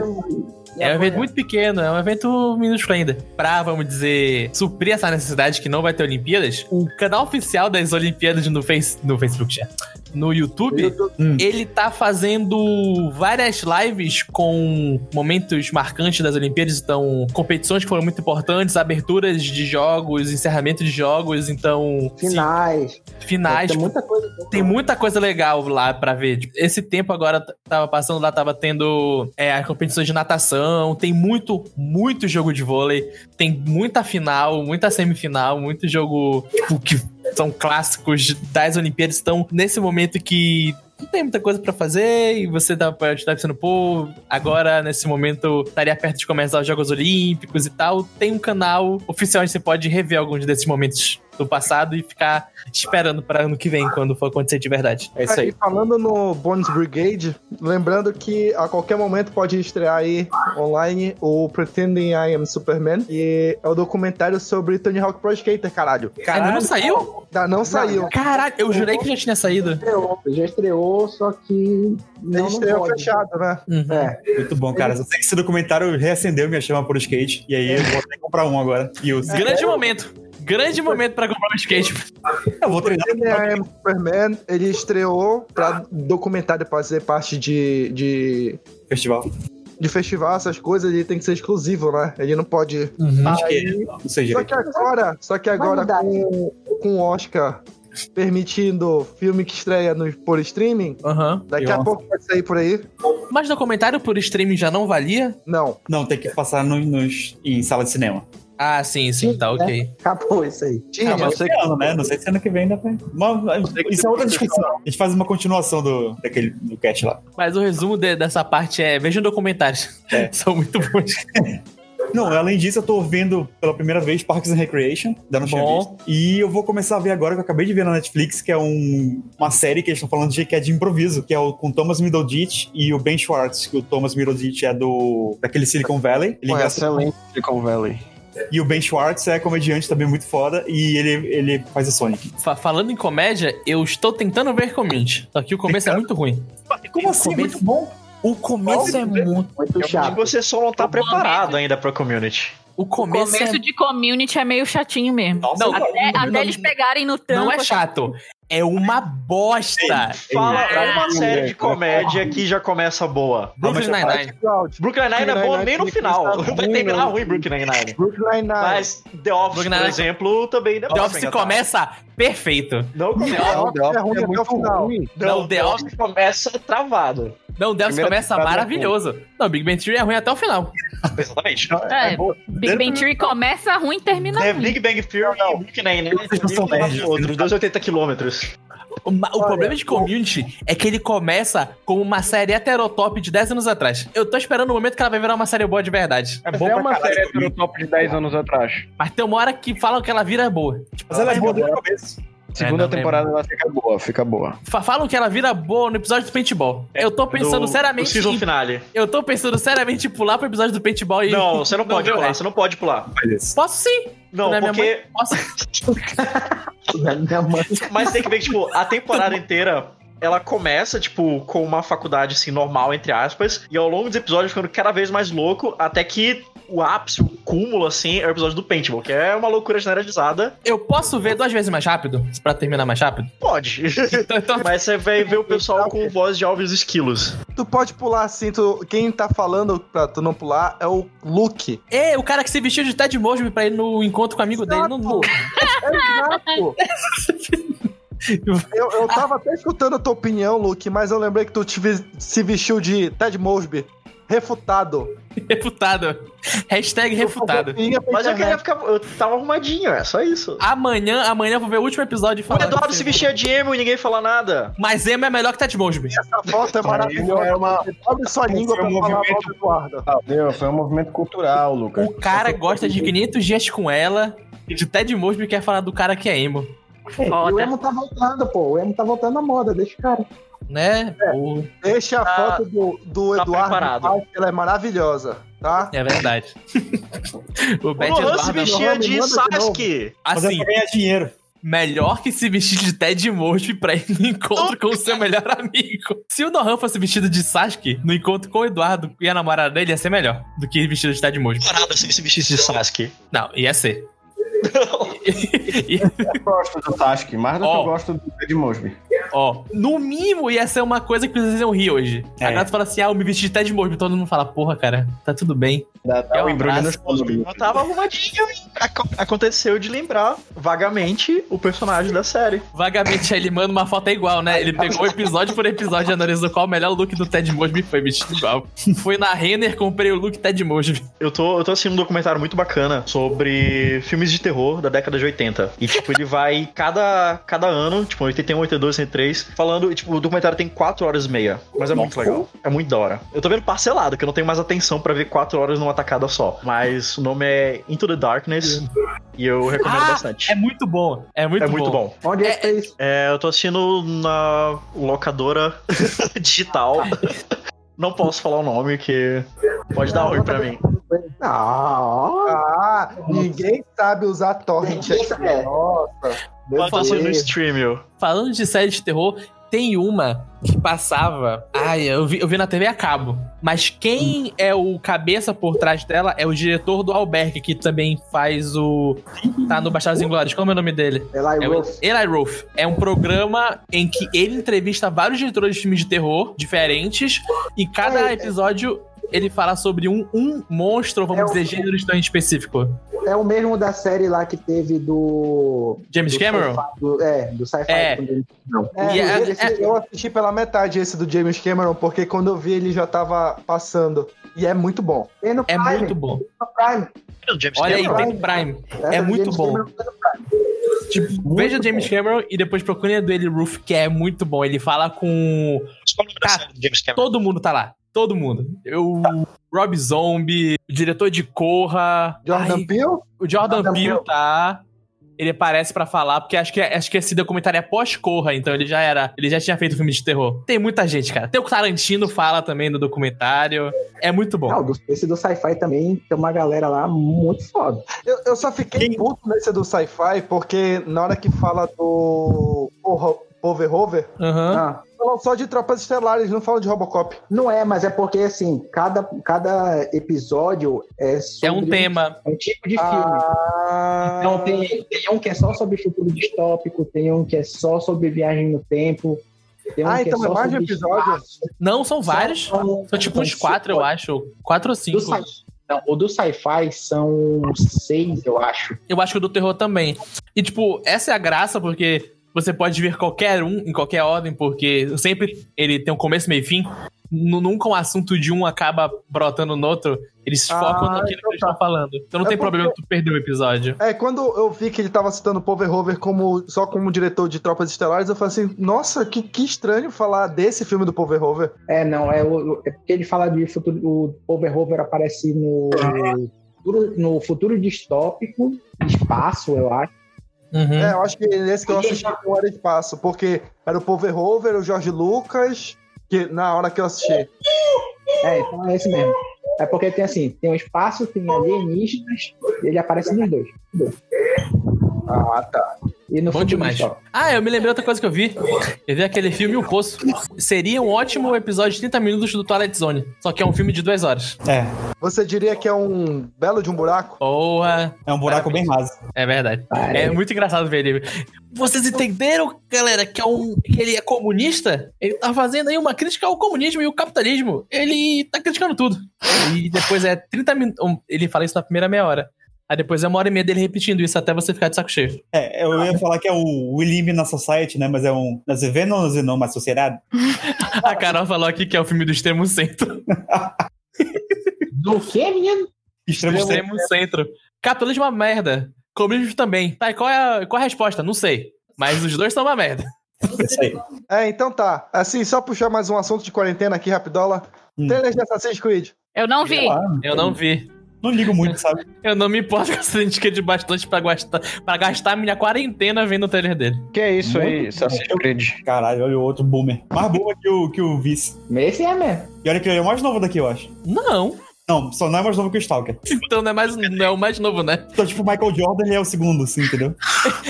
É um evento muito pequeno, é um evento minúsculo ainda. Pra, vamos dizer, suprir essa necessidade que não vai ter Olimpíadas, o canal oficial das Olimpíadas no, face, no Facebook, já, no YouTube, ele tá fazendo várias lives com momentos marcantes das Olimpíadas, então competições que foram muito importantes, aberturas de jogos, encerramento de jogos, então Finais. sim, Tá, finais. tipo- Tem muita coisa. Tem muita coisa legal lá pra ver. Tipo, Esse tempo agora t- tava passando lá, tava tendo é, as competições de natação, tem muito, muito jogo de vôlei, tem muita final, muita semifinal, muito jogo tipo, que são clássicos das Olimpíadas. Então, nesse momento que não tem muita coisa pra fazer e você tá, tá pensando, pô, agora nesse momento estaria perto de começar os Jogos Olímpicos e tal. Tem um canal oficial onde você pode rever alguns desses momentos do passado e ficar esperando para ano que vem, quando for acontecer de verdade. É isso E aí. tá falando no Bones Brigade, lembrando que a qualquer momento pode estrear aí online o Pretending I Am Superman, que é o documentário sobre Tony Hawk Pro Skater, caralho. Ainda não saiu? Ainda não saiu. Caralho, eu jurei que já tinha saído. Estreou, já estreou, só que não, Ele não estreou pode. fechado, né? Uhum. É, Muito bom, cara. Eu sei que esse documentário reacendeu minha chama por skate. E aí eu vou até comprar um agora. E eu, Grande momento. Grande momento pra comprar um skate. eu vou treinar. Pretending I Am Superman, ele estreou pra documentário fazer parte de, de, Festival. de festival, essas coisas, ele tem que ser exclusivo, né? Ele não pode... Acho que é. Não sei Só direito. que agora, só que agora mudar. com, com o Oscar permitindo filme que estreia no, por streaming, Aham. Daqui Eu- a pouco vai sair por aí? Mas documentário por streaming já não valia? Não. Não, tem que passar no- nos, em sala de cinema. Ah, sim, sim, tá, ok. acabou isso aí. Tinha. Ah, mas esse ano, né? Não sei se ano que vem ainda vai. Mas, isso é outra discussão. A gente faz uma continuação do, daquele, do cast lá. Mas o resumo de- dessa parte é: vejam documentários. É. *laughs* São muito bons. Não, além disso, eu tô vendo pela primeira vez Parks and Recreation, da não tinha Bom. visto. E eu vou começar a ver agora, que eu acabei de ver na Netflix, que é um- uma série que eles estão falando de que é de improviso, que é o, com Thomas Middleditch e o Ben Schwartz, que o Thomas Middleditch é do daquele Silicon Valley. Ele Pô, é engraça- excelente Silicon Valley. e o Ben Schwartz é comediante também muito foda, e ele, ele faz o Sonic. Fa- falando em comédia, eu estou tentando ver Community. Só que o começo é muito ruim. Como começo- assim? é Muito bom. O começo é muito. Muito Acho que chato. você só não tá O começo- preparado ainda pra community. O começo, começo é... de community é meio chatinho mesmo. Nossa, Não, cara, Até, não, até eles pegarem no tranco. não é assim, chato. é uma bosta. Fala uma série de comédia que já começa boa. Brooklyn Nine-Nine. Brooklyn Nine é boa nem no final. *laughs* Vai terminar ruim Brooklyn Nine. Brooklyn Nine. Mas The Office, Brooklyn por Nine- exemplo, também não The Office começa perfeito. tá? *laughs* Não começa. Não, é ruim até o final. Não, Não, The The Office começa travado. Não, o Delphi Primeira começa temporada maravilhoso. Não, Big Bang Theory é ruim até o final. Exatamente. É, boa. Big Bang Theory começa ruim e termina É, ruim. Big Bang Theory e Brooklyn Nine-Nine. Vocês não são nerds. Outros, 280 quilômetros. O, ma- o problema de Community é que ele começa como uma série heterotop de 10 anos atrás. Eu tô esperando o momento que ela vai virar uma série boa de verdade. É Mas bom é pra uma caralho. série hétero top de 10 anos atrás. Mas tem uma hora que falam que ela *laughs* vira boa. Tipo, Mas ela é vai- boa desde o começo. Segunda É, não, temporada ela fica boa, fica boa. fa- Falam que ela vira boa no episódio do paintball. Eu tô Do- pensando seriamente. do É, season em- *laughs* finale. Eu tô pensando seriamente em pular pro episódio do paintball e. Não, você não pode ver o pular, resto. você não pode pular. Posso sim. Não, Né, minha porque. mãe- *laughs* Posso. Minha mãe. Mas tem que ver que, tipo, a temporada inteira. Ela começa, tipo, com uma faculdade, assim, normal, entre aspas, e ao longo dos episódios ficando cada vez mais louco, até que o ápice, o cúmulo, assim, é o episódio do Paintball, que é uma loucura generalizada. Eu posso ver duas vezes mais rápido? Pra terminar *laughs* mais rápido? Pode. *laughs* Então, então Mas você vai ver o pessoal com voz de alves esquilos. Tu pode pular assim, tu, quem tá falando pra tu não pular é o Luke. É, o cara que se vestiu de Ted Mosby pra ir no encontro com o amigo dele. Não, não. Exato! eu, eu tava até escutando a tua opinião, Luke, mas eu lembrei que tu te vi- se vestiu de Ted Mosby. Refutado. *laughs* Refutado. Hashtag refutado. Mas Então, eu né? queria ficar. Eu tava arrumadinho, é só isso. Amanhã, amanhã eu vou ver o último episódio e O falar. Eduardo que se você- vestia de emo e ninguém fala nada. Mas Emma é melhor que Ted Mosby. Essa foto é maravilhosa. É uma- Abre sua língua pra Foi um falar mal movimento- do Eduardo. Entendeu? Foi um movimento cultural, Lucas. O cara gosta de 500 dias com ela e de Ted Mosby quer falar do cara que é emo. E o Foda. Emo tá voltando, pô. O Emo tá voltando à moda, deixa o cara. Né? É. O- Deixa a Tá- foto do, do tá Eduardo preparado. em paz, que ela é maravilhosa, tá? *laughs* É verdade. o O Bad Lohan se Eduardo, vestia de manda de novo. Sasuke. Mas é assim, pra ganhar dinheiro. melhor que se vestir de Ted Mosby pra ir no encontro com *laughs* o seu melhor amigo. Se o Nohan fosse vestido de Sasuke no encontro com o Eduardo e a namorada dele, ia ser melhor do que vestido de Ted Mosby. Parada se se vestisse de Sasuke. Não, ia ser. Eu gosto do Sasuke, mais do que Ó. eu gosto do Ted Mosby. Ó, no mínimo ia ser uma coisa que vocês iam rir hoje. É. Agora tu fala assim, ah, eu me vesti de Ted Mosby. Todo mundo fala, porra, cara, tá tudo bem. Dá, dá É um um embrulho abraço, nos Eu tava arrumadinho e ac- aconteceu de lembrar vagamente o personagem da série. Vagamente aí ele manda uma foto igual, né? Ele pegou episódio por episódio e analisou qual o melhor look do Ted Mosby foi vestido igual. *laughs* Foi na Renner, comprei o look Ted Mosby. Eu tô, eu tô assistindo um documentário muito bacana sobre filmes de terror da década de 80. E, tipo, ele vai cada, cada ano, tipo, 81, 82, 83, falando. E, tipo, o documentário tem 4 horas e meia. Mas é muito legal. É muito da hora. Eu tô vendo parcelado, que eu não tenho mais atenção pra ver 4 horas numa tacada só. Mas o nome é Into the Darkness. E eu recomendo Ah, bastante. É muito bom. É muito, é muito bom. Onde é, que é isso? É, eu tô assistindo na locadora *laughs* digital. Não posso falar o nome, que pode dar ruim pra mim. Não. Ah, ninguém sabe usar torrent é aqui. Nossa. Mas tô assistindo no falei. Streamio. Falando de série de terror, tem uma que passava. Ai, eu vi, eu vi na TV a cabo. Mas quem é o cabeça por trás dela é o diretor do Albergue, que também faz o. Tá no Bastardos Inglórios. Como é o nome dele? Eli É o Roth. Eli Roth. É um programa em que ele entrevista vários diretores de filmes de terror diferentes e cada É, é. episódio ele fala sobre um, um monstro, vamos É o- dizer, gênero em específico. É o mesmo da série lá que teve do. James do Cameron? sci-fi, do- é, do sci-fi. É. com James Cameron. É, E é- esse- é- Eu assisti pela metade esse do James Cameron, porque quando eu vi ele já tava passando. E é muito bom. Tem no É Prime, muito bom. no Prime. James Olha aí, Cameron. tem Prime. Essa É do muito James bom. Cameron tá no Veja James Cameron e depois procure a do Eli Roof, que é muito bom. Ele fala com. Qual o nome da Cara, série do James Cameron? Todo mundo tá lá. Todo mundo. Eu. Rob Zombie, o diretor de Corra. Jordan Ai, Peele? o Jordan, Jordan Peele Peele. tá. Ele aparece pra falar, porque acho que, acho que esse documentário é pós-corra, então ele já era. Ele já tinha feito filme de terror. Tem muita gente, cara. Tem o Tarantino fala também no documentário. É muito bom. Não, do- esse do sci-fi também tem uma galera lá muito foda. Eu, eu só fiquei puto nesse do sci-fi, porque na hora que fala do Poverhover, Aham. ah, eu falam só de tropas estelares, não falam de Robocop. Não é, mas é porque, assim, cada, cada episódio é sobre É um tema. um tipo de filme. Ah, Então tem, tem um que é só sobre futuro distópico, tem um que é só sobre viagem no tempo. Tem um ah, que então é é só mais de sobre episódio. Não, são vários. São, São tipo uns quatro, eu acho. Quatro ou Do cinco. sci- não, o do sci-fi são seis, eu acho. Eu acho que o do terror também. E, tipo, essa é a graça, porque você pode ver qualquer um, em qualquer ordem, porque sempre ele tem um começo, meio e fim. Nu- Nunca um assunto de um acaba brotando no outro. Eles Ah, focam naquilo então que eles estão falando. Então não É tem porque- problema tu perder o episódio. É, quando eu vi que ele tava citando o Poverhover como, só como diretor de Tropas Estelares, eu falei assim, nossa, que, que estranho falar desse filme do Poverhover. É, não, é, o- é porque ele fala de futuro. O Overhover aparece no, futuro- no futuro distópico, espaço, eu acho. Uhum. É, eu acho que esse que eu assisti não era espaço, porque era o Poverhover, o Jorge Lucas, que na hora que eu assisti. É, então é esse mesmo. É porque tem assim, tem um espaço, tem alienígenas, e ele aparece nos dois. Ah, tá. E no Bom futuro demais. distópico. Ah, eu me lembrei outra coisa que eu vi. Eu vi aquele filme O Poço. Seria um ótimo episódio de 30 minutos do Twilight Zone. Só que é um filme de duas horas. É, Você diria que é um belo de um buraco? Porra. é um buraco bem raso. É verdade. Cara, É muito engraçado ver ele. Vocês entenderam, galera, que, é um, que ele é comunista? Ele tá fazendo aí uma crítica ao comunismo e ao capitalismo. Ele tá criticando tudo. E depois é 30 minutos. Ele fala isso na primeira meia hora. Aí depois é uma hora e meia dele repetindo isso até você ficar de saco cheio. É, eu ia falar que é o William na Society, né? Mas é um. Nós vivemos numa sociedade. A Carol falou aqui que é o filme do extremo centro. Do que, é, menino? Extremo extremo. extremo centro. Capitalismo é uma merda. Comunismo também. Tá, e qual é, a, qual é a resposta? Não sei. Mas os dois são uma merda. Isso aí. É, então tá. Assim, só puxar mais um assunto de quarentena aqui, rapidola. Hum. Trailer de Assassin's Creed. Eu não vi. Sei lá, Eu não vi. não ligo muito, sabe? Eu não me importo *laughs* com essa crítica de bastante pra gastar, pra gastar minha quarentena vendo o trailer dele. Que é isso aí, Muito Assassin's bom. Creed? Caralho, olha o outro boomer. Mais boomer que o, que o vice. Esse é mesmo. E olha que ele é o mais novo daqui, eu acho. Não. Não, só não é mais novo que o Stalker. Então não é, mais, não é o mais novo, né? Então, tipo, o Michael Jordan ele é o segundo, assim, entendeu? *laughs*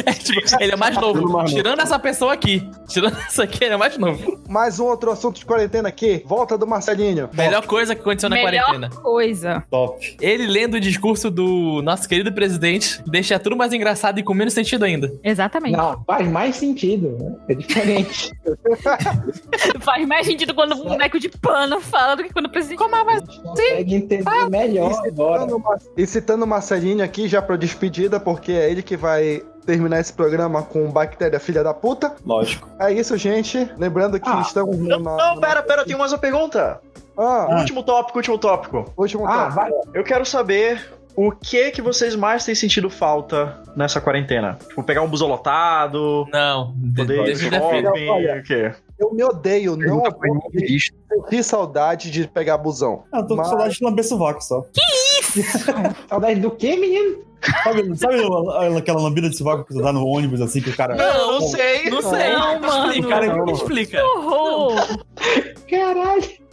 É, tipo, ele é mais novo. Tirando essa pessoa aqui. Tirando *laughs* essa aqui, ele é mais novo. Mais um outro assunto de quarentena aqui. Volta do Marcelinho. Melhor coisa que aconteceu na Melhor quarentena. Coisa. Top. Ele lendo o discurso do nosso querido presidente deixa tudo mais engraçado e com menos sentido ainda. Exatamente. Não, faz mais sentido. né? É diferente. *laughs* Faz mais sentido quando um boneco de pano fala do que quando o presidente. Como vai A gente consegue entender melhor agora. Citando Mar- E citando o Marcelinho aqui, já pra despedida, porque é ele que vai terminar esse programa com Bactéria Filha da Puta. Lógico. É isso, gente. Lembrando que Ah, estamos Não, numa... não, pera, pera, eu tenho mais uma pergunta. Ah, Último tópico, último tópico. último Ah, tópico. vai. Eu quero saber o que que vocês mais têm sentido falta nessa quarentena. Tipo, pegar um busão lotado, Não. de- poder ir Deixa eu defender. shopping, Olha. o quê? Eu me odeio, não Pergunta pra aguento, eu senti saudade de pegar busão. Ah, eu tô com Mas- saudade de lamber sovaco só. Saudade do que, menino? Sabe, sabe a- aquela lambida de sovaco que tu dá no ônibus, assim, que o cara... Não, não sei. Não sei. Não, mano. explica, Não. explica. horror? Caralho.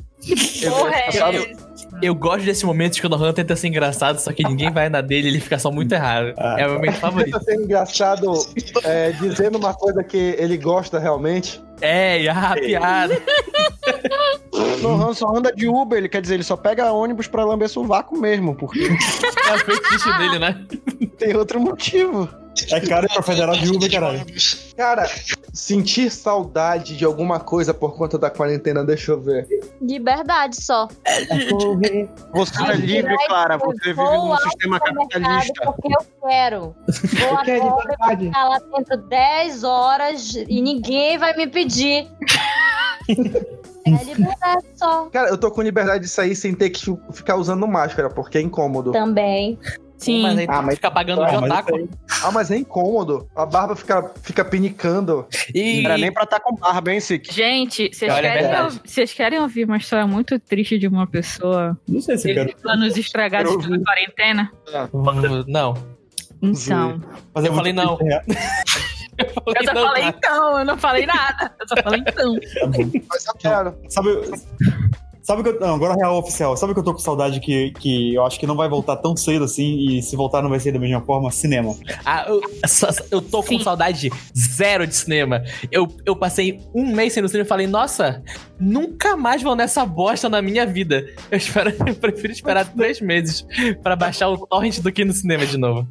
Porra, é sabe? essa? Eu gosto desse momento que o Nohan tenta ser engraçado, só que ninguém vai na dele ele fica só muito errado. Ah. É o momento favorito. *laughs* Tenta ser engraçado é, dizendo uma coisa que ele gosta realmente. É, e a piada. Nohan só anda de Uber, ele quer dizer, ele só pega ônibus pra lamber sovaco mesmo, porque É o feitiço dele, né? tem outro motivo. É cara pra federal de Uber, caralho. Cara, sentir saudade de alguma coisa por conta da quarentena, deixa eu ver. Liberdade só. Você Ai, é livre, vai, Clara, eu você vive vou num ao sistema Tá Mercado capitalista. porque eu *laughs* quero. Vou Que é agora liberdade. ficar lá dentro 10 horas e ninguém vai me *laughs* pedir. é liberdade só. Cara, eu tô com liberdade de sair sem ter que ficar usando máscara, porque é incômodo. Também. Sim. Mas aí Ah, mas- fica pagando Ah, de mas otaku. Ah, mas é incômodo. A barba fica, fica pinicando. E Não era nem pra estar com barba, hein, Sik? Gente, vocês Olha, é querem, verdade. ou- vocês querem ouvir uma história muito triste de uma pessoa? Não sei se eu quero. Teve planos estragados Eu pela quarentena? Hum, *laughs* não. Então. Mas é Eu falei muito- não. É, Eu só Não, falei cara. então, eu não falei nada. Eu só falei então. tá bom. Mas eu quero. Sabe, Sabe o que eu. Não, agora é real oficial. Sabe o que eu tô com saudade que, que eu acho que não vai voltar tão cedo assim? E se voltar, não vai ser da mesma forma? Cinema. Ah, eu, essa- eu tô com Sim. saudade zero de cinema. Eu, eu passei um mês sem ir no cinema e falei, nossa, nunca mais vou nessa bosta na minha vida. Eu, espero, *laughs* eu prefiro esperar três meses pra baixar o torrent do que ir no cinema de novo.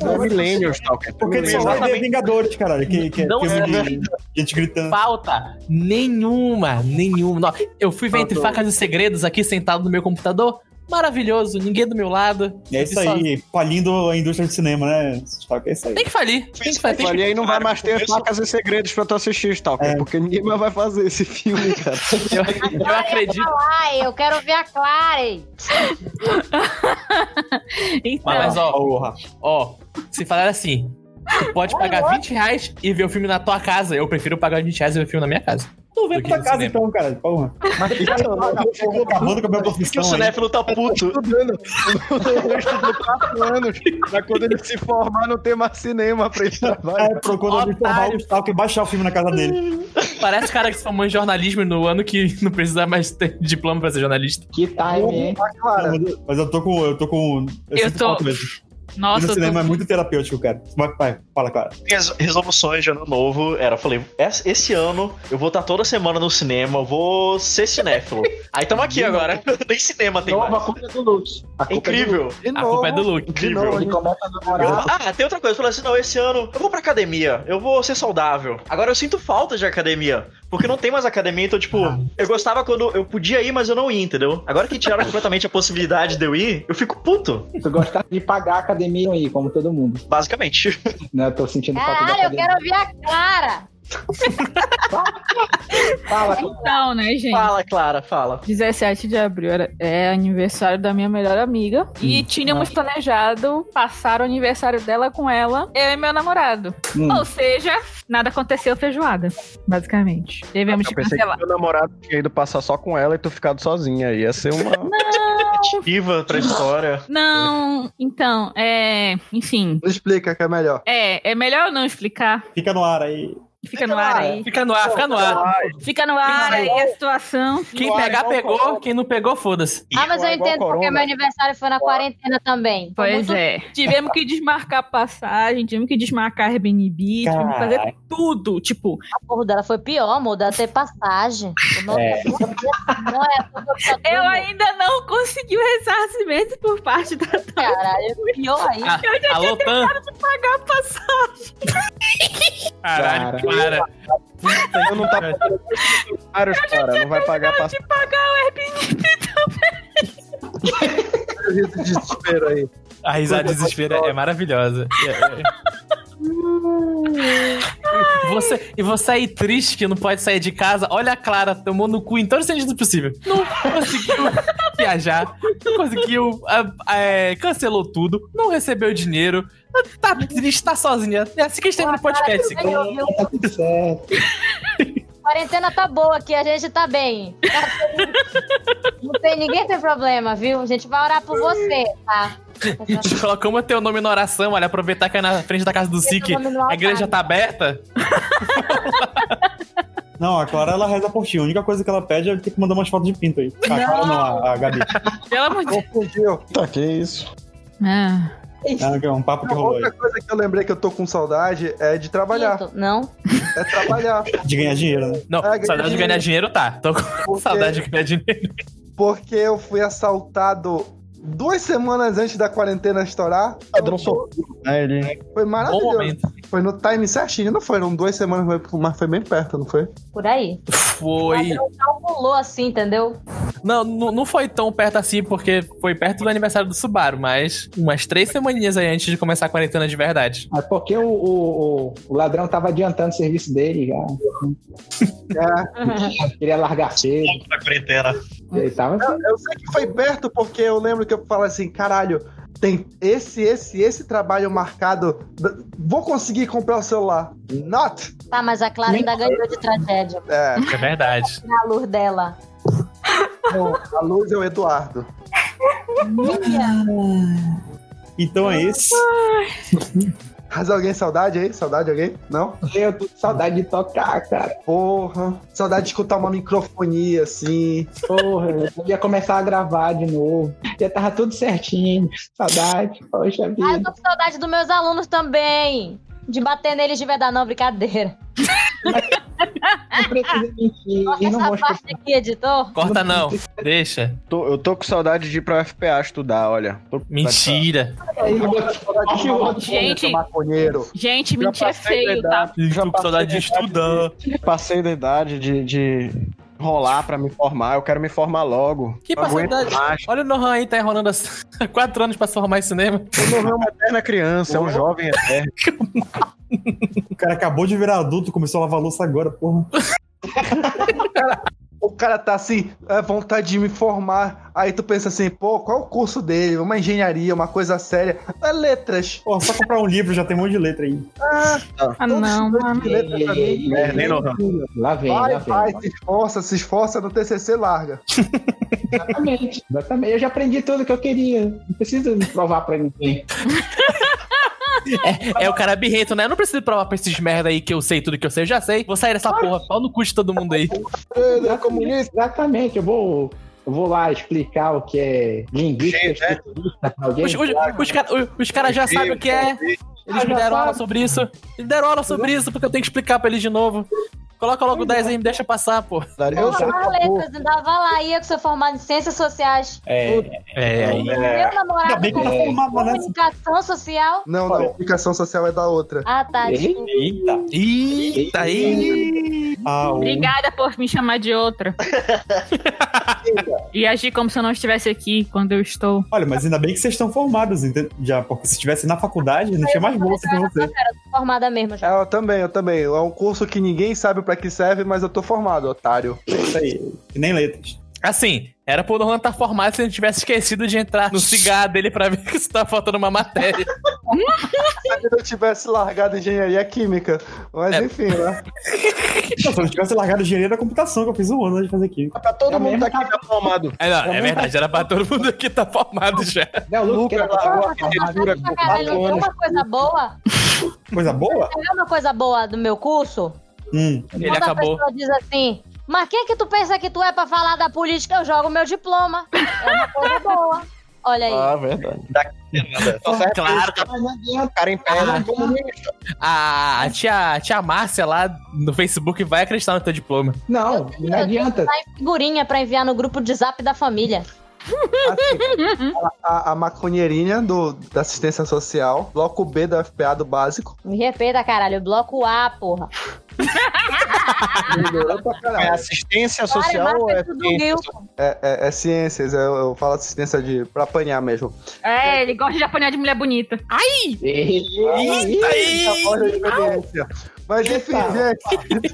Não, Millennials, é um Stalker. é Porque tu só vai ver Exatamente. Vingadores, caralho. Que, que é Não filme é de gente gritando. Falta nenhuma, nenhuma. Não, eu fui ver entre Faltou. facas e segredos aqui sentado no meu computador. Maravilhoso, ninguém do meu lado. É isso aí, palindo a indústria do cinema, né? Stalker, é isso aí. Tem que falir. Tem que falir. Tem que Ali aí não vai mais ter Começo- facas e segredos pra tu assistir, Stalker, É. porque ninguém mais vai fazer esse filme, cara. Eu, eu acredito. Ai, Ah, eu quero ver a Clary. Mas, Então, mas, ó, Porra. ó, se falar assim, tu pode pagar 20 reais e ver o filme na tua casa. Eu prefiro pagar 20 reais e ver o filme na minha casa. Tu vem Do que pra no casa cinema. então, cara. Porra. Tô acabando com a minha Que o profissão. aí. cinéfilo tá puto. estudando. Eu estudei quatro anos pra quando ele se formar não ter mais cinema pra ele trabalhar. *laughs* É, pro quando eu me formar, o Stalker baixar o filme na casa dele. Parece cara que se formou em jornalismo no ano que não precisa mais ter diploma pra ser jornalista. Que time, hein? Cara, Mas eu tô com. Eu tô com. Eu sinto tô- falta mesmo. nossa, E no eu tô cinema é muito terapêutico, cara. Vai, vai, fala, cara. Minhas resoluções de ano novo era, eu falei, "Es- esse ano eu vou estar toda semana no cinema, eu vou ser cinéfilo. Aí tamo aqui agora. *laughs* Nem cinema tem mais. Nova culpa do Luke. A É culpa é do Luke. incrível. de A culpa é do novo. Luke. De novo, Incrível. ele começa a Eu- namorar. ah, tem outra coisa. Eu falei assim: não, esse ano eu vou pra academia, eu vou ser saudável. Agora eu sinto falta de academia, porque não tem mais academia, então, tipo, eu gostava quando eu podia ir, mas eu não ia, entendeu? Agora que tiraram completamente a possibilidade de eu ir, eu fico puto, Tu gostava de pagar a academia aí, como todo mundo. basicamente. Né? Eu tô sentindo falta da Caralho, eu academia. quero ver a Clara. Fala, então, né, gente? Fala, Clara, fala. 17 de abril era, é aniversário da minha melhor amiga. E tínhamos planejado passar o aniversário dela com ela, eu e meu namorado. Ou seja, nada aconteceu feijoada, basicamente. Devemos Eu pensei cancelar. que meu namorado tinha ido passar só com ela e tu ficado sozinha. Ia ser uma. Viva pra história. Não, então, é. Enfim. Não explica que é melhor. É, é melhor eu não explicar. Fica no ar aí. Fica no ar aí. Fica no ar, fica no ar. Fica no ar Fica aí a situação. Quem pegar, pegou. Quem não pegou, foda-se. Ah, mas eu é igual entendo porque corona. meu aniversário foi na quarentena também. Foi Pois muito é. Tivemos que desmarcar passagem, tivemos que desmarcar Airbnb, tivemos que fazer tudo. Tipo, burro dela. Foi pior, amor, dela ter passagem. Eu Não é, não é a culpa só do eu mundo, ainda não consegui o ressarcimento por parte da Caralho, pior aí. Ah, alô, Tan. pagar a passagem. Caralho, para. Eu não *laughs* tá pagando vários, cara. Não vai pagar pra. Pagar o Airbnb. Esse desespero aí. A risada de desespero é maravilhosa. É, é. Você, e você aí triste que não pode sair de casa, olha a Clara tomando o cu em todos os sentidos possíveis. Não conseguiu viajar, não conseguiu, ah, ah, é, cancelou tudo, não recebeu dinheiro, tá triste, tá sozinha. É assim que a gente termina o podcast. Aí eu vi o- tá tudo certo. Quarentena tá boa aqui, a gente tá bem. Tá Não tem ninguém tem problema, viu? A gente vai orar por você, tá? E te colocamos teu nome na oração, olha, aproveitar que é na frente da casa do SIC, a igreja tá aberta. Não, a Clara ela reza por ti. A única coisa que ela pede é ter que mandar umas fotos de pinto aí. A Clara não, a, a Gabi. *laughs* Pelo amor de É Deus. Confundiu. Tá, que isso. Ah, Ah, que é um papo que rolou aí. Outra coisa que eu lembrei que eu tô com saudade é de trabalhar. Não? É trabalhar. De ganhar dinheiro, né? Não, Ah, ganhar saudade de ganhar dinheiro tá. Tô com Porque, saudade de ganhar dinheiro. porque eu fui assaltado duas semanas antes da quarentena estourar. Padrão sortudo, né? Ele. Foi Bom maravilhoso. momento. Foi no time certinho, não foram duas semanas, mas foi bem perto, não foi? Por aí. Foi. Pulou assim, entendeu? Não, não, não foi tão perto assim, porque foi perto do aniversário do Subaru, mas umas três semaninhas aí antes de começar a quarentena de verdade. Mas porque o, o, o- o ladrão tava adiantando o serviço dele *laughs* já. É, Queria largar cedo. Pra quarentena. Ele tava assim. eu sei que foi perto porque eu lembro que eu falei assim, caralho, tem esse, esse, esse trabalho marcado. D- Vou conseguir comprar o celular. Not! Tá, mas a Clara ainda ganhou de tragédia. É, É verdade. Na luz dela. não, a luz é o Eduardo. Então é isso. Mas alguém saudade aí? Saudade de alguém? Não? Eu tô com saudade de tocar, cara. Porra. Saudade de escutar uma microfonia assim. Porra, eu ia começar a gravar de novo. Já tava tudo certinho. Saudade. Poxa Ah, eu vida. tô com saudade dos meus alunos também. De bater neles de verdade, não, brincadeira. Não precisa mentir. Corta E não vou essa escutar. parte aqui, editor. Corta não, deixa. Tô- eu tô com saudade de ir pra UFPA estudar, olha. Tô com saudade Mentira. Eu vou te falar de novo. Gente. Seu maconheiro. Gente, Já mentir é passei da feio, idade. tá? Tô com saudade de estudar. de- Passei da idade de, de rolar pra me formar. Eu quero me formar logo. Que Não aguento passagem. mais. Olha o Nohan aí, tá enrolando há *laughs* quatro anos pra se formar em cinema. Eu não é uma eterna criança, é um jovem eterno. O cara acabou de virar adulto, começou a lavar louça agora, porra. *laughs* O cara tá assim, é vontade de me formar. Aí tu pensa assim, pô, qual é o curso dele? Uma engenharia, uma coisa séria. É letras. Pô, só comprar um livro, já tem um monte de letra aí. Ah, não, mano. Ei, ei, ei, ei, Merda, hein, ei. Nohan? né? Lá vem, Vai, lá vai, vem. se esforça, se esforça, no TCC larga. Exatamente, exatamente. Eu já aprendi tudo que eu queria. Não preciso provar pra ninguém. *laughs* É o cara birrento, né? Eu não preciso provar pra esses merda aí que eu sei tudo que eu sei, eu já sei. Vou sair dessa porra, pau no cu de todo mundo aí. comunista. Exatamente, eu vou. eu vou lá explicar o que é linguística Gente, né? estruturista pra alguém. Os, os, os cara- os- os caras já sabem o que é. Eles me deram aula sobre isso. Eles deram aula sobre isso, porque eu tenho que explicar pra eles de novo. Coloca logo o 10 aí e me deixa passar, pô. Eu sou Porra, letras, ainda vai lá, ia que sou formado em ciências sociais. É, aí. Meu namorado Ainda bem que tá é formado, né? comunicação social. Não, não, aplicação social é da outra. Ah, tá. Ei, desculpa. Eita. Eita, aí. Ah, o... Obrigada por me chamar de *laughs* outra. e agir como se eu não estivesse aqui quando eu estou. Olha, mas ainda bem que vocês estão formados, entende? já, porque se estivesse na faculdade, não tinha mais bolsa pra você. Formada mesmo já. É, eu também, eu também. É um curso que ninguém sabe pra que serve, mas eu tô formado, otário. Isso aí. Que nem letras. Assim, era pro Nohan estar formado se ele tivesse esquecido de entrar no cigarro dele pra ver *laughs* que se tá faltando uma matéria. Se eu tivesse largado engenharia química. Mas É. enfim, né? Não, se eu tivesse largado engenharia da computação, que eu fiz um ano antes de fazer aqui. Pra todo mundo tá aqui tá formado. É, não, é verdade, era pra todo mundo aqui tá formado já. Não, É Lucas, tá Luca quer largou a falar? arquitetura Pra com caralho, não 4 tem anos. uma coisa boa? *laughs* Coisa boa? Quer ver uma coisa boa do meu curso? Hum. Ele Quando acabou. a pessoa diz assim, mas quem que tu pensa que tu é pra falar da política? Eu jogo meu diploma. É uma coisa boa. Olha aí. Ah, verdade. Só serve Claro, Mas não adianta, o cara em pé. né? Ah. a, a tia, a tia Márcia lá no Facebook vai acreditar no teu diploma. não, não adianta. Figurinha pra enviar no grupo de zap da família. Assim, a, a maconheirinha do, da assistência social, bloco B da FPA do básico. Me repita, caralho. Bloco A, porra. Melhorou pra É caralho. assistência Claro, social ou marca é tudo ciência? mil. É, é- é ciências, eu, eu falo assistência de, pra apanhar mesmo. É, ele gosta de apanhar de mulher bonita. Ai! Ei, ei, Eita, olha a experiência. Mas enfim, Eita. gente,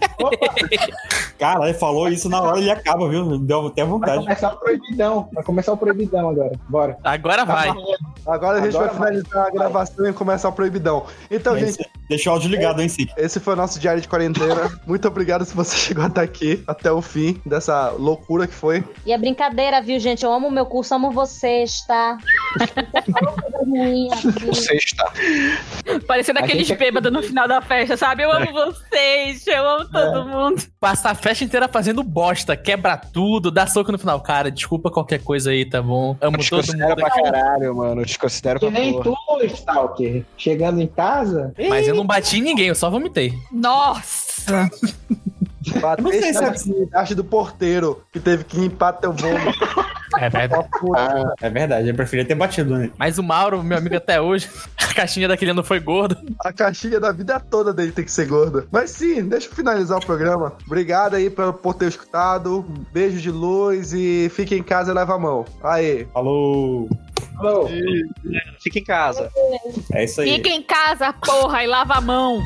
*laughs* Cara, ele falou isso na hora e acaba, viu? Deu até Vai vontade. começar o proibidão. Vai começar o proibidão agora. Bora. Agora vai. agora a gente Agora vai finalizar a gravação e começar o proibidão. Então, É gente, Deixa o áudio ligado, hein, Sik? Esse foi o nosso diário de quarentena. Muito obrigado se você *laughs* chegou até aqui, até o fim dessa loucura que foi. E é brincadeira, viu, gente? Eu amo meu curso, amo vocês, tá? Ruim aqui. Você está. Parecendo A aqueles gente é- bêbados no final da festa, sabe? Eu amo vocês, eu É. amo todo mundo. Passar a festa inteira fazendo bosta, quebra tudo, dá soco no final. Cara, desculpa qualquer coisa aí, tá bom? Amo Eu te todo considero mundo pra aqui. caralho, mano. Eu te considero Que pra nem porra. tu, Stalker. Chegando em casa, Mas eu não bati em ninguém, eu só vomitei. Nossa! Eu não sei se Bateu na é cidade do porteiro, que teve que limpar teu vômito. É verdade. É verdade, eu preferia ter batido né? nele. Mas o Mauro, meu amigo até hoje, *laughs* a caixinha daquele ano foi gorda. A caixinha da vida toda dele tem que ser gorda. Mas sim, deixa eu finalizar o programa. Obrigado aí pra- por ter escutado. Um Beijo de luz e fique em casa e leva a mão. Aê. Falou. falou. Fica em casa. É isso aí. Fica em casa, porra, e lava a mão.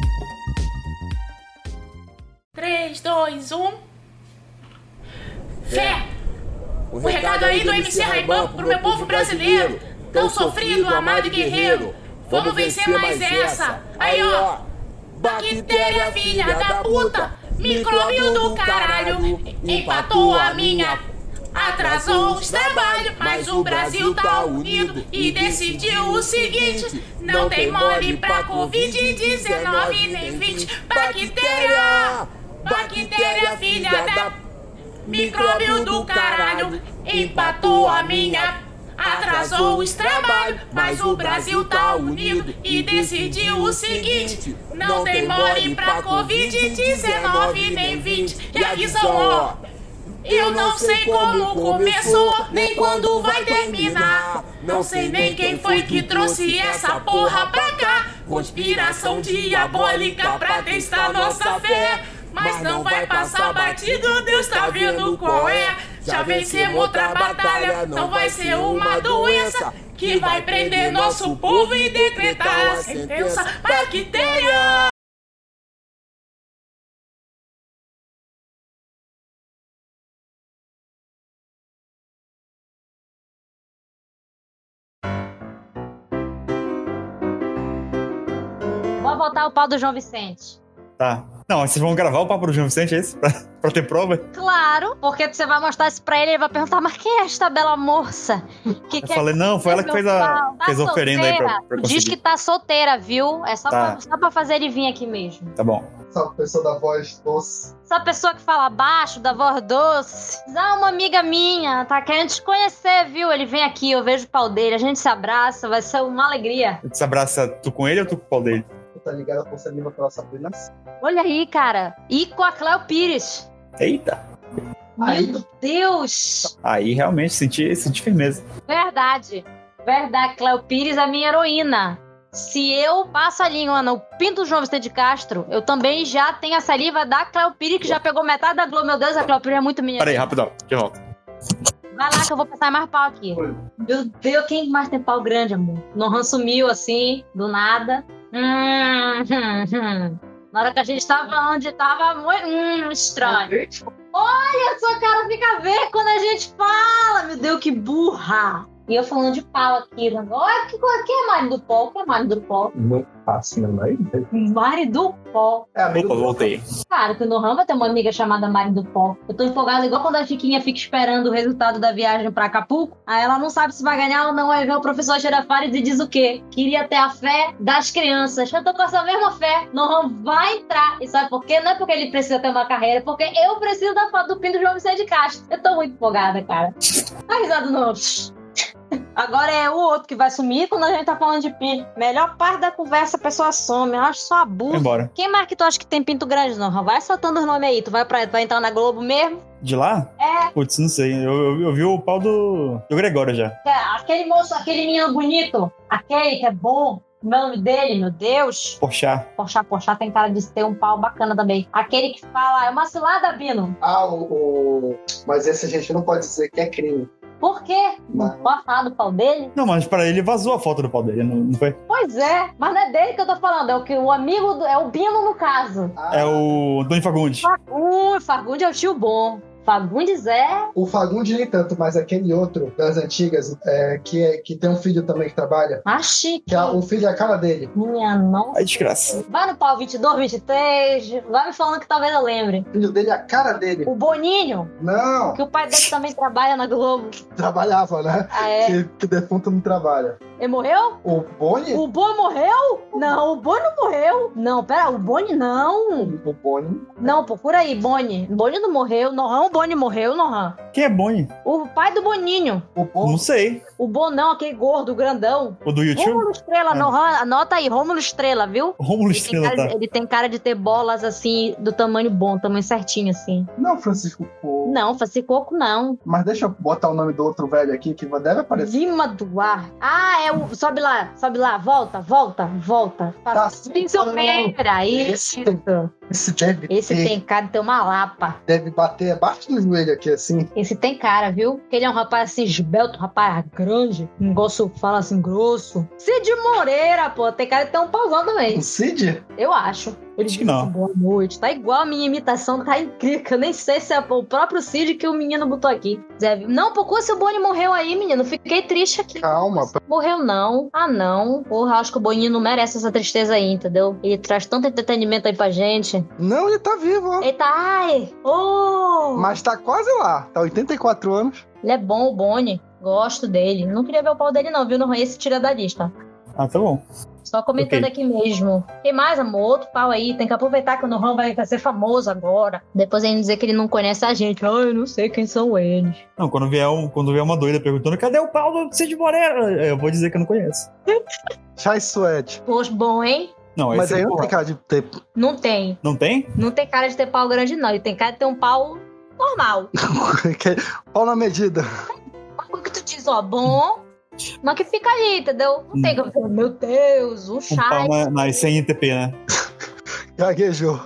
3, 2, 1. Fé! É. O recado é aí do MC Raiban pro meu povo brasileiro, tão sofrido, amado e guerreiro. Vamos vencer mais essa. Aí, ó. Bactéria, filha da puta, micróbio do caralho, empatou a minha atrasou os trabalhos, mas o Brasil tá unido e decidiu o seguinte: não tem mole pra Covid-19 nem 20. Bactéria! Bactéria, filha da micróbio do caralho, empatou a minha. Atrasou os trabalhos, mas o Brasil tá unido e decidiu o seguinte: não tem mole pra Covid-19 nem 20. E aqui são, ó. Eu não sei como começou, nem quando vai terminar. Não sei nem quem foi que trouxe essa porra pra cá. Conspiração diabólica pra testar nossa fé. Mas não vai passar batido, Deus tá vendo qual é. Já vencemos outra batalha, não vai ser uma doença que vai prender nosso povo e decretar a sentença. Bactéria! Vou voltar o pau do João Vicente. Tá. Não, vocês vão gravar o papo do João Vicente, é *laughs* isso? Pra, pra ter prova? Claro, porque você vai mostrar isso pra ele, ele vai perguntar, mas quem é esta bela moça? Que é Eu falei, não, foi ela que fez a, fez a oferenda aí pra, pra Diz que conseguir. tá solteira, viu? É só, Tá. pra, só pra fazer ele vir aqui mesmo. Tá bom. Essa pessoa da voz doce. Essa pessoa que fala baixo, da voz doce. Ah, uma amiga minha, tá querendo te conhecer, viu? Ele vem aqui, eu vejo o pau dele, a gente se abraça, vai ser uma alegria. Você abraça tu com ele ou tu com o pau dele? Tá ligada por saliva pela Sabrina. Olha aí, cara. E com a Cléo Pires. Eita! Aí. Meu Deus! Aí realmente senti, senti firmeza. Verdade. Verdade, Cléo Pires é minha heroína. Se eu passo a língua no pinto do João Vicente de Castro, eu também já tenho a saliva da Cléo Pires, que já pegou metade da Globo. Meu Deus, a Cléo Pires é muito minha. Peraí, rapidão, de volta. Vai lá que eu vou passar mais pau aqui. Meu Deus, quem mais tem pau grande, amor? Nohan sumiu assim, do nada. Hum, hum, hum. Na hora que a gente tava onde tava, muito hum, estranho. Olha, sua cara fica verde quando a gente fala. Meu Deus, que burra. E eu falando de pau aqui. né? Olha, que, coisa- que é Mari do Pó? Que é Mari do Pó? Muito fácil, né? Mari do Pó. É amigo Opa, do- voltei. Claro que o Nohan vai ter uma amiga chamada Mari do Pó. Eu tô empolgada igual quando a Chiquinha fica esperando o resultado da viagem pra Acapulco. Aí ela não sabe se vai ganhar ou não. Aí vem o professor Girafares e diz o quê? Queria ter a fé das crianças. Eu tô com essa mesma fé. Nohan vai entrar. E sabe por quê? Não é porque ele precisa ter uma carreira, é porque eu preciso da foto do Pinto João Vicente de Castro. Eu tô muito empolgada, cara. Dá risada do Nohan. Agora é o outro que vai sumir quando a gente tá falando de pinto. Melhor parte da conversa, a pessoa some. Eu acho só Vou abuso. embora. Quem mais que tu acha que tem pinto grande, não? Vai soltando os nomes aí. Tu vai, pra, vai entrar na Globo mesmo? De lá? É. Putz, não sei. Eu, eu, eu vi o pau do, do Gregório já. É, Aquele moço, aquele menino bonito. Aquele que é bom. Como é o nome dele, meu Deus? Porchá. Poxa, poxa, tem cara de ter um pau bacana também. Aquele que fala, é uma cilada, Bino. Ah, o, o- Mas esse a gente não pode dizer que é crime. Por quê? Não pode falar do pau dele? Não, mas pra ele vazou a foto do pau dele, não, não foi? Pois é, mas não é dele que eu tô falando, é o que o amigo do, é o Bino no caso. Ah, É o Antônio Fagundes. Ui, Fagundes é o tio bom. Fagundes é. O Fagundi nem tanto, mas é aquele outro das antigas, é, que, é- que tem um filho também que trabalha, Ah, chique. que é, o filho é a cara dele. Minha nossa. Ai, desgraça. Vai no pau 22, 23. Vai me falando que talvez eu lembre. O filho dele é a cara dele. O Boninho, Não, que o pai dele também trabalha na Globo. trabalhava, né? Ah, é. Que, que defunto não trabalha. Ele morreu? O Boni, O Boni morreu? Não, o Boni não morreu. Não, pera, o Boni não. o Boni, Não, procura aí, Boni. Boni não morreu. Nohan, o Boni morreu, Nohan. Quem é Bonnie? O pai do Boninho. o Não Boni, sei. O Bonão, aquele gordo, grandão. O do YouTube? Rômulo Estrela, Ah. Nohan, anota aí, Rômulo Estrela, viu? Rômulo Ele tem, Estrela, cara, tá? ele tem cara de ter bolas assim, do tamanho bom, tamanho certinho assim. não Francisco Coco. Não, fazer coco não. Mas deixa eu botar o nome do outro velho aqui que deve aparecer. Lima Duarte. Ah, é o. Sobe lá, sobe lá, volta, volta, volta. Tá Tem seu Pereira, isso. Esse tem- Esse deve Esse ter- tem cara de ter uma lapa. deve bater abaixo do joelho aqui, assim. Esse tem cara, viu? Porque ele é um rapaz assim, esbelto, um rapaz grande. Um negócio fala assim, grosso. Cid Moreira, pô, tem cara de ter um pauzão também. O Cid? Eu acho. Ele Acho que disse não. boa noite. Tá igual a minha imitação, tá incrível. que Eu nem sei se é o próprio Cid que o menino botou aqui. Zé, não, procura se o Boni morreu aí, menino. Fiquei triste aqui. Calma, Morreu não. Ah, não. Porra, acho que o Boninho não merece essa tristeza aí, entendeu? Ele traz tanto entretenimento aí pra gente. Não, ele tá vivo, ó. Eita, ai! Oh! Mas tá quase lá. Tá 84 anos. Ele é bom, o Boni. Gosto dele. Não queria ver o pau dele, não, viu? Não, esse tira da lista. Ah, tá bom. Só comentando Ok. aqui mesmo. Tem mais, amor? Outro pau aí. Tem que aproveitar que o Nohan vai vai ser famoso agora. Depois ele dizer que ele não conhece a gente. Ah, eu não sei quem são eles. Não, quando vier, um, quando vier uma doida perguntando cadê o pau do Cid Moreira, eu vou dizer que eu não conheço. Chai Suede. Poxa, bom, hein? Não, Mas esse aí não porra. tem cara de tempo. Não tem. Não tem? Não tem cara de ter pau grande, não. Ele tem cara de ter um pau normal. Pau na medida. *laughs* O que tu diz, ó, bom. Mas que fica ali, entendeu? Não tem como. Meu Deus, o Um pau chá. na, na, sem ITP, né? Gaguejou.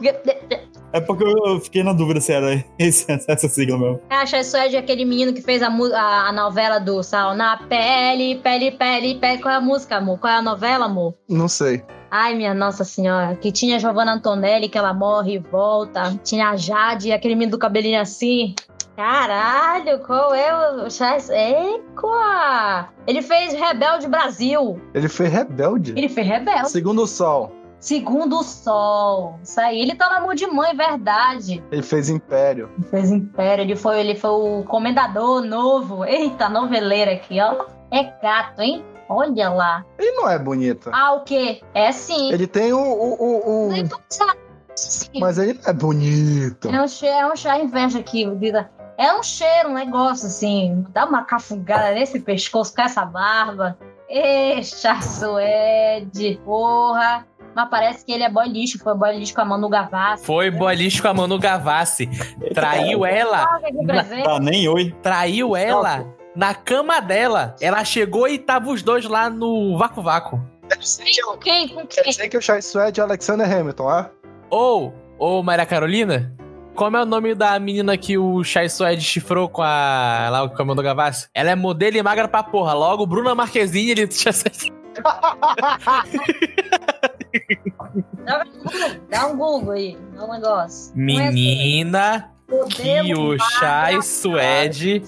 É porque eu fiquei na dúvida se era esse- *laughs* essa sigla mesmo. Acha isso é de aquele menino que fez a, mu- a, a novela do Sal na pele, pele, pele, pele. Qual é a música, amor? Qual é a novela, amor? Não sei. Ai, minha Nossa Senhora. Que tinha a Giovanna Antonelli, que ela morre e volta. Tinha a Jade, aquele menino do cabelinho assim. Caralho, qual é o. o Charles- Ecoa! Ele fez Rebelde Brasil. Ele foi rebelde. Ele é um fez Rebelde. Segundo o Sol. Segundo o Sol. Isso aí, ele tá no amor de mãe, verdade. Ele fez Império. Ele fez Império, ele foi, ele foi o comendador novo. Eita, noveleira aqui, ó. É gato, hein? Olha lá. Ele não é bonito. Ah, o quê? É sim. Ele tem o. o- o- o- Então, sabe? Sim. Mas ele não é bonito. É um cheiro, é um cheiro, a inveja aqui, vida. É um cheiro, um negócio assim. Dá uma cafungada nesse pescoço com essa barba. Eixa, Suede, porra. Mas parece que ele é boy lixo, foi boy lixo com a Manu Gavassi. Foi boy lixo com a Manu Gavassi. Traiu É. ela, Olha que presente. Tá, nem oi. traiu ela na cama dela. Ela chegou e tava os dois lá no vácuo vácuo. Com quem? Com Quer quem? dizer que o Chai Suede é Alexander Hamilton, ah? Ou, ou Maria Carolina, como é o nome da menina que o Chai Suede chifrou com a. lá com a Manu Gavassi? Ela é modelo e magra pra porra. Logo, Bruna Marquezine, ele tinha *laughs* Dá um Google, dá um Google aí, dá um negócio. Menina que Modelo o Chai Suede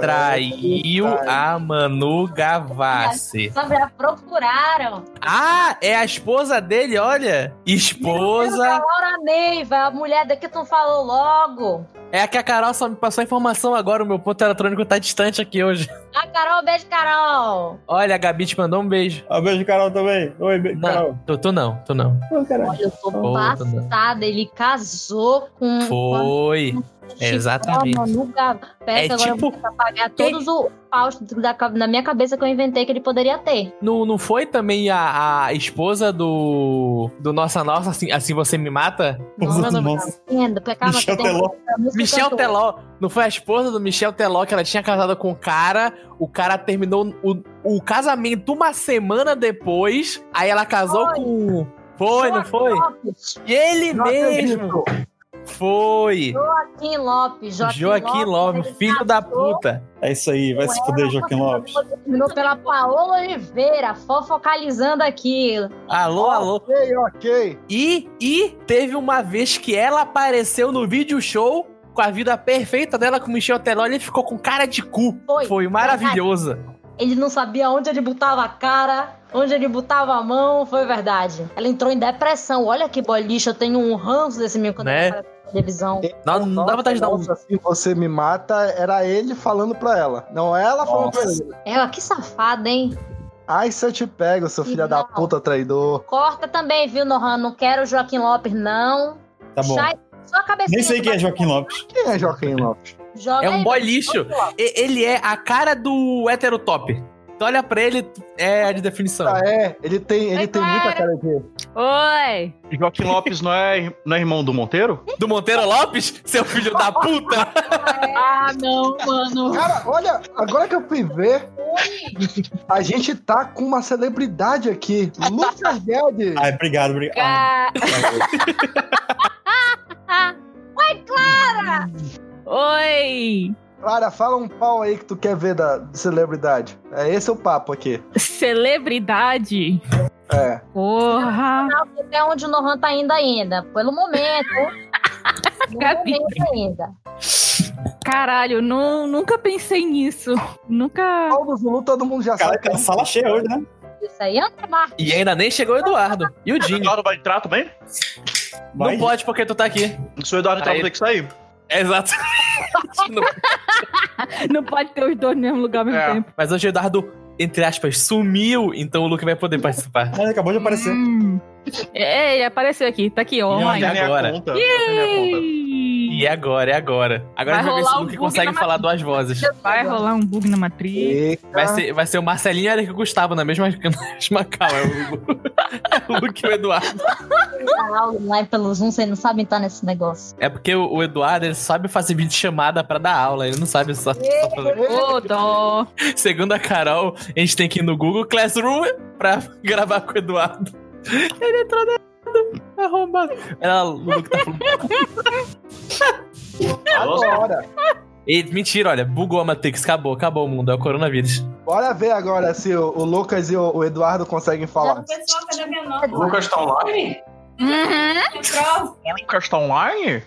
traiu a Manu Gavassi. Só já procuraram. Ah, é a esposa dele, olha! Esposa. Laura Neiva, a mulher daqui tu não falou logo. É que a Carol só me passou a informação agora, o meu ponto eletrônico tá distante aqui hoje. A Ah, Carol, beijo, Carol. Olha, a Gabi te mandou um beijo. Ah, beijo, Carol, também. Oi, beijo, Carol. Não, tu, tu não, tu não. Oi, Carol. Olha, eu tô Pô, passada. Ele casou com. um Foi. É, Exatamente. Nunca É pega, agora tipo- eu vou pagar todos os paus da, ca- na minha cabeça que eu inventei que ele poderia ter. Não, não foi também a, a esposa do. do Nossa Nossa, assim, assim você me mata? Nossa, Como é o nome? nossa. Entendo, porque calma, Michel que tem- Teló. a música Michel cantou. Teló. Não foi a esposa do Michel Teló que ela tinha casado com o cara. O cara terminou o, o casamento uma semana depois. Aí ela casou com. um. Foi, não foi? Lopes. E ele mesmo foi. Joaquim Lopes. Joaquim, Joaquim Lopes, ele filho da casou puta. É isso aí, vai se fuder, Joaquim Lopes. Terminou pela Paola Oliveira, fofocalizando aqui. Alô, alô. Ok, ok. E, e teve uma vez que ela apareceu no vídeo show com a vida perfeita dela com o Michel Teló e ele ficou com cara de cu. Foi. Foi maravilhoso. Ele não sabia onde ele botava a cara, onde ele botava a mão, foi verdade. Ela entrou em depressão. Olha que boliche, eu tenho um ranço desse menino quando Né? ele aparece na televisão. Não, não dá vontade de dar um. Nossa, se você me mata, era ele falando pra ela. Não ela falando pra ele. Ela, que safada, hein? Ai, se eu te pego, seu filho da Não. puta traidor. Corta também, viu, Nohan? Não quero o Joaquim Lopes, não. Tá bom. Chai- Só a cabecinha. Nem sei do quem é Joaquim Joaquim Lopes. Quem é Joaquim Lopes? Lopes. Joga É um aí, boy velho. lixo. E- Ele é a cara do hétero top. Tu olha pra ele, é a de definição. Ah, é. Ele tem, ele Mas tem muita cara de. Oi! Joaquim Lopes não é, não é irmão do Monteiro? Do Monteiro Lopes, seu filho da puta. *laughs* Ah, não, mano. Cara, olha, agora que eu fui ver, a gente tá com uma celebridade aqui. Lucas Guedes. Ah, obrigado, obrigado. Ah, Ca- Oi! Clara, fala um pau aí que tu quer ver da celebridade. É esse o papo aqui. Celebridade. É. Porra! Até onde o Nohan tá indo ainda. Pelo *laughs* momento. Pelo Gabi. momento ainda. Caralho, nu- nunca pensei nisso. Nunca. Paulo Zulu, todo mundo já Cara, sabe. tá sala cheia hoje, né? Isso aí, é um André Marques. E ainda nem chegou o Eduardo. E o Dinho. Eduardo vai entrar também? Vai. Não pode porque tu tá aqui. Se o Eduardo entrar, Aí. vou ter que sair. Exato. Não- Não pode ter os dois no mesmo lugar ao mesmo É. tempo. *laughs* Mas hoje o Eduardo, entre aspas, sumiu, então o Luke vai poder participar. Mas acabou de aparecer. Hum. É, ele apareceu aqui, tá aqui, online. Terminei agora? a conta. terminei a conta. E é agora, é agora. Vai Agora a gente vai ver rolar se um o bug Luke consegue na falar duas vozes. Vai rolar um bug na matriz. Vai ser, vai ser o Marcelinho e o Eric Gustavo na mesma, *laughs* na mesma cala. É o, é *laughs* o Luke e o Eduardo. Dá aula online pelo Zoom, vocês não sabem estar nesse negócio. É porque o, o Eduardo ele sabe fazer vídeo chamada pra dar aula, ele não sabe só, só fazer. Ô, dó. Segundo a Carol, a gente tem que ir no Google Classroom pra *laughs* gravar com o Eduardo. Ele entrou na. *laughs* Arrombado. Ela, o Luke tá falando. Agora. Ei, mentira, olha, bugou a Matrix, acabou, acabou o mundo, é o coronavírus. Bora ver agora se o, o Lucas e o, o Eduardo conseguem falar. Pessoal, cadê minha nota? nota? Lucas tá online? Uhum. O Lucas tá online?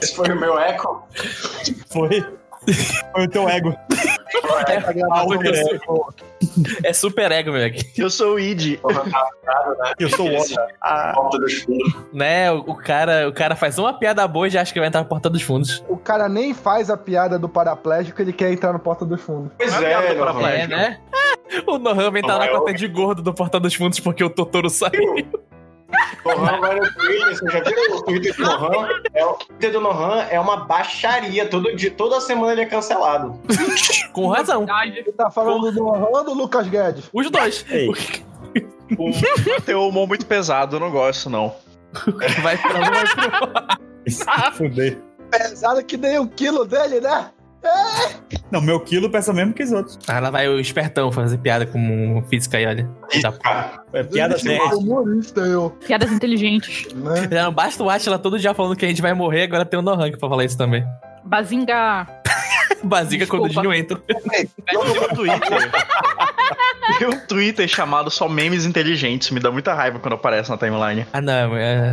Esse foi o meu eco. Foi. Foi o teu ego. Tá gravado Ah, no Lucas. meu- É super ego, meu aqui. Eu sou o Id. tá né? Eu sou o Ah. ótimo. A porta dos fundos. Né, o, o cara, o cara faz uma piada boa e já acha que vai entrar na porta dos fundos. O cara nem faz a piada do paraplégico, ele quer entrar no Porta do Fundo. Pois Não é piada é, do Nohan. Paraplégico. É, né? O Nohan vai entrar Não, na é porta óbvio. de gordo do Porta dos Fundos porque o Totoro saiu. Nohan vai no é Twitter, você já viu o Twitter do Nohan? É, o Twitter do Nohan é uma baixaria. Todo dia, toda semana ele é cancelado. Com razão. Ele tá falando do Orlando Lucas Guedes. Os dois. Ei. Tem um humor muito pesado, eu não gosto, não. Vai pra um, vai pro outro. Fudei. Pesado que nem o quilo dele, né? Não, meu quilo pesa mesmo que os outros. Ah, lá vai o espertão fazer piada com o física aí, olha. Tá. É piada Gente, eu nerd. sou humorista, eu. *laughs* Piadas inteligentes. Né? Já não basta o Atila todo dia falando que a gente vai morrer, agora tem o Nohan aqui pra falar isso também. Bazinga. Basica quando o Desculpa. Dinho entra. Tem um Twitter. *laughs* Tem um Twitter chamado Só Memes Inteligentes. Me dá muita raiva quando aparece na timeline. Ah, não, é.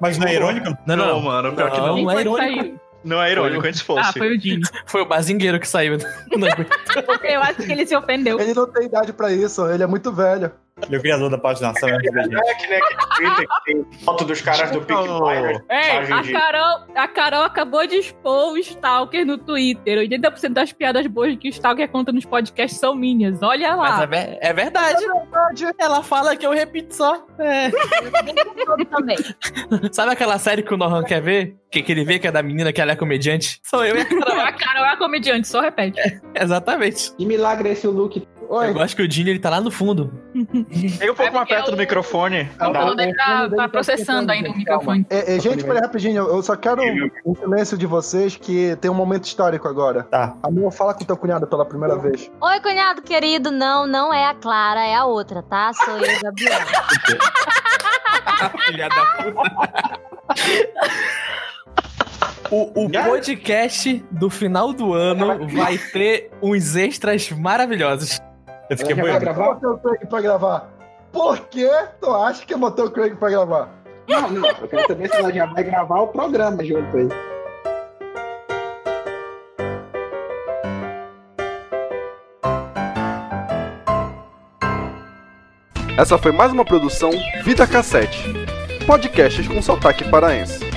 Mas não é irônico? Não, não, não. mano. Pior que Não. não. Quem é foi que irônico. saiu? Não é irônico, antes Ah, fosse. foi o Jim. Foi o bazingueiro que saiu. *laughs* Não aguento. Eu acho que ele se ofendeu. Ele não tem idade pra isso, ele é muito velho. Ele é o criador da página. sabe? Não é que nem aquele Twitter que tem foto dos caras do Pink Blinders. Ei, Tá, a Jundi? Carol, a Carol acabou de expor o Stalker no Twitter. 80% das piadas boas que o Stalker conta nos podcasts são minhas. Olha Mas é, lá. ver- é verdade. Ela fala que eu repito só. É. Todo também. Sabe aquela série que o Nohan quer ver? Que, que ele vê que é da menina que ela é comediante? Sou eu e a Carol. A Carol é a comediante, só repete. Exatamente. E milagre é esse o Luke. Oi, Eu gosto que o Dini ele tá lá no fundo. Chega um pouco mais porque perto do eu- microfone. Não, Tá. pelo menos tá, tá processando ainda o microfone. É, é, gente, peraí rapidinho, eu eu só quero o silêncio de vocês que tem um momento histórico agora. Tá. Amor, fala com teu cunhado pela primeira vez. Oi, cunhado querido. Não, não é a Clara, é a outra, tá? Sou eu, Gabriela. Filha da puta. *laughs* O, o podcast do final do ano vai ter uns extras maravilhosos. Eu fiquei Já vai boiando. gravar? Botei o Craig pra gravar. Por que tu acha que eu botei o Craig pra gravar? Não, não. Eu quero saber se ela já vai gravar o programa junto aí. Essa foi mais uma produção Vida Cassete, podcasts com sotaque paraense.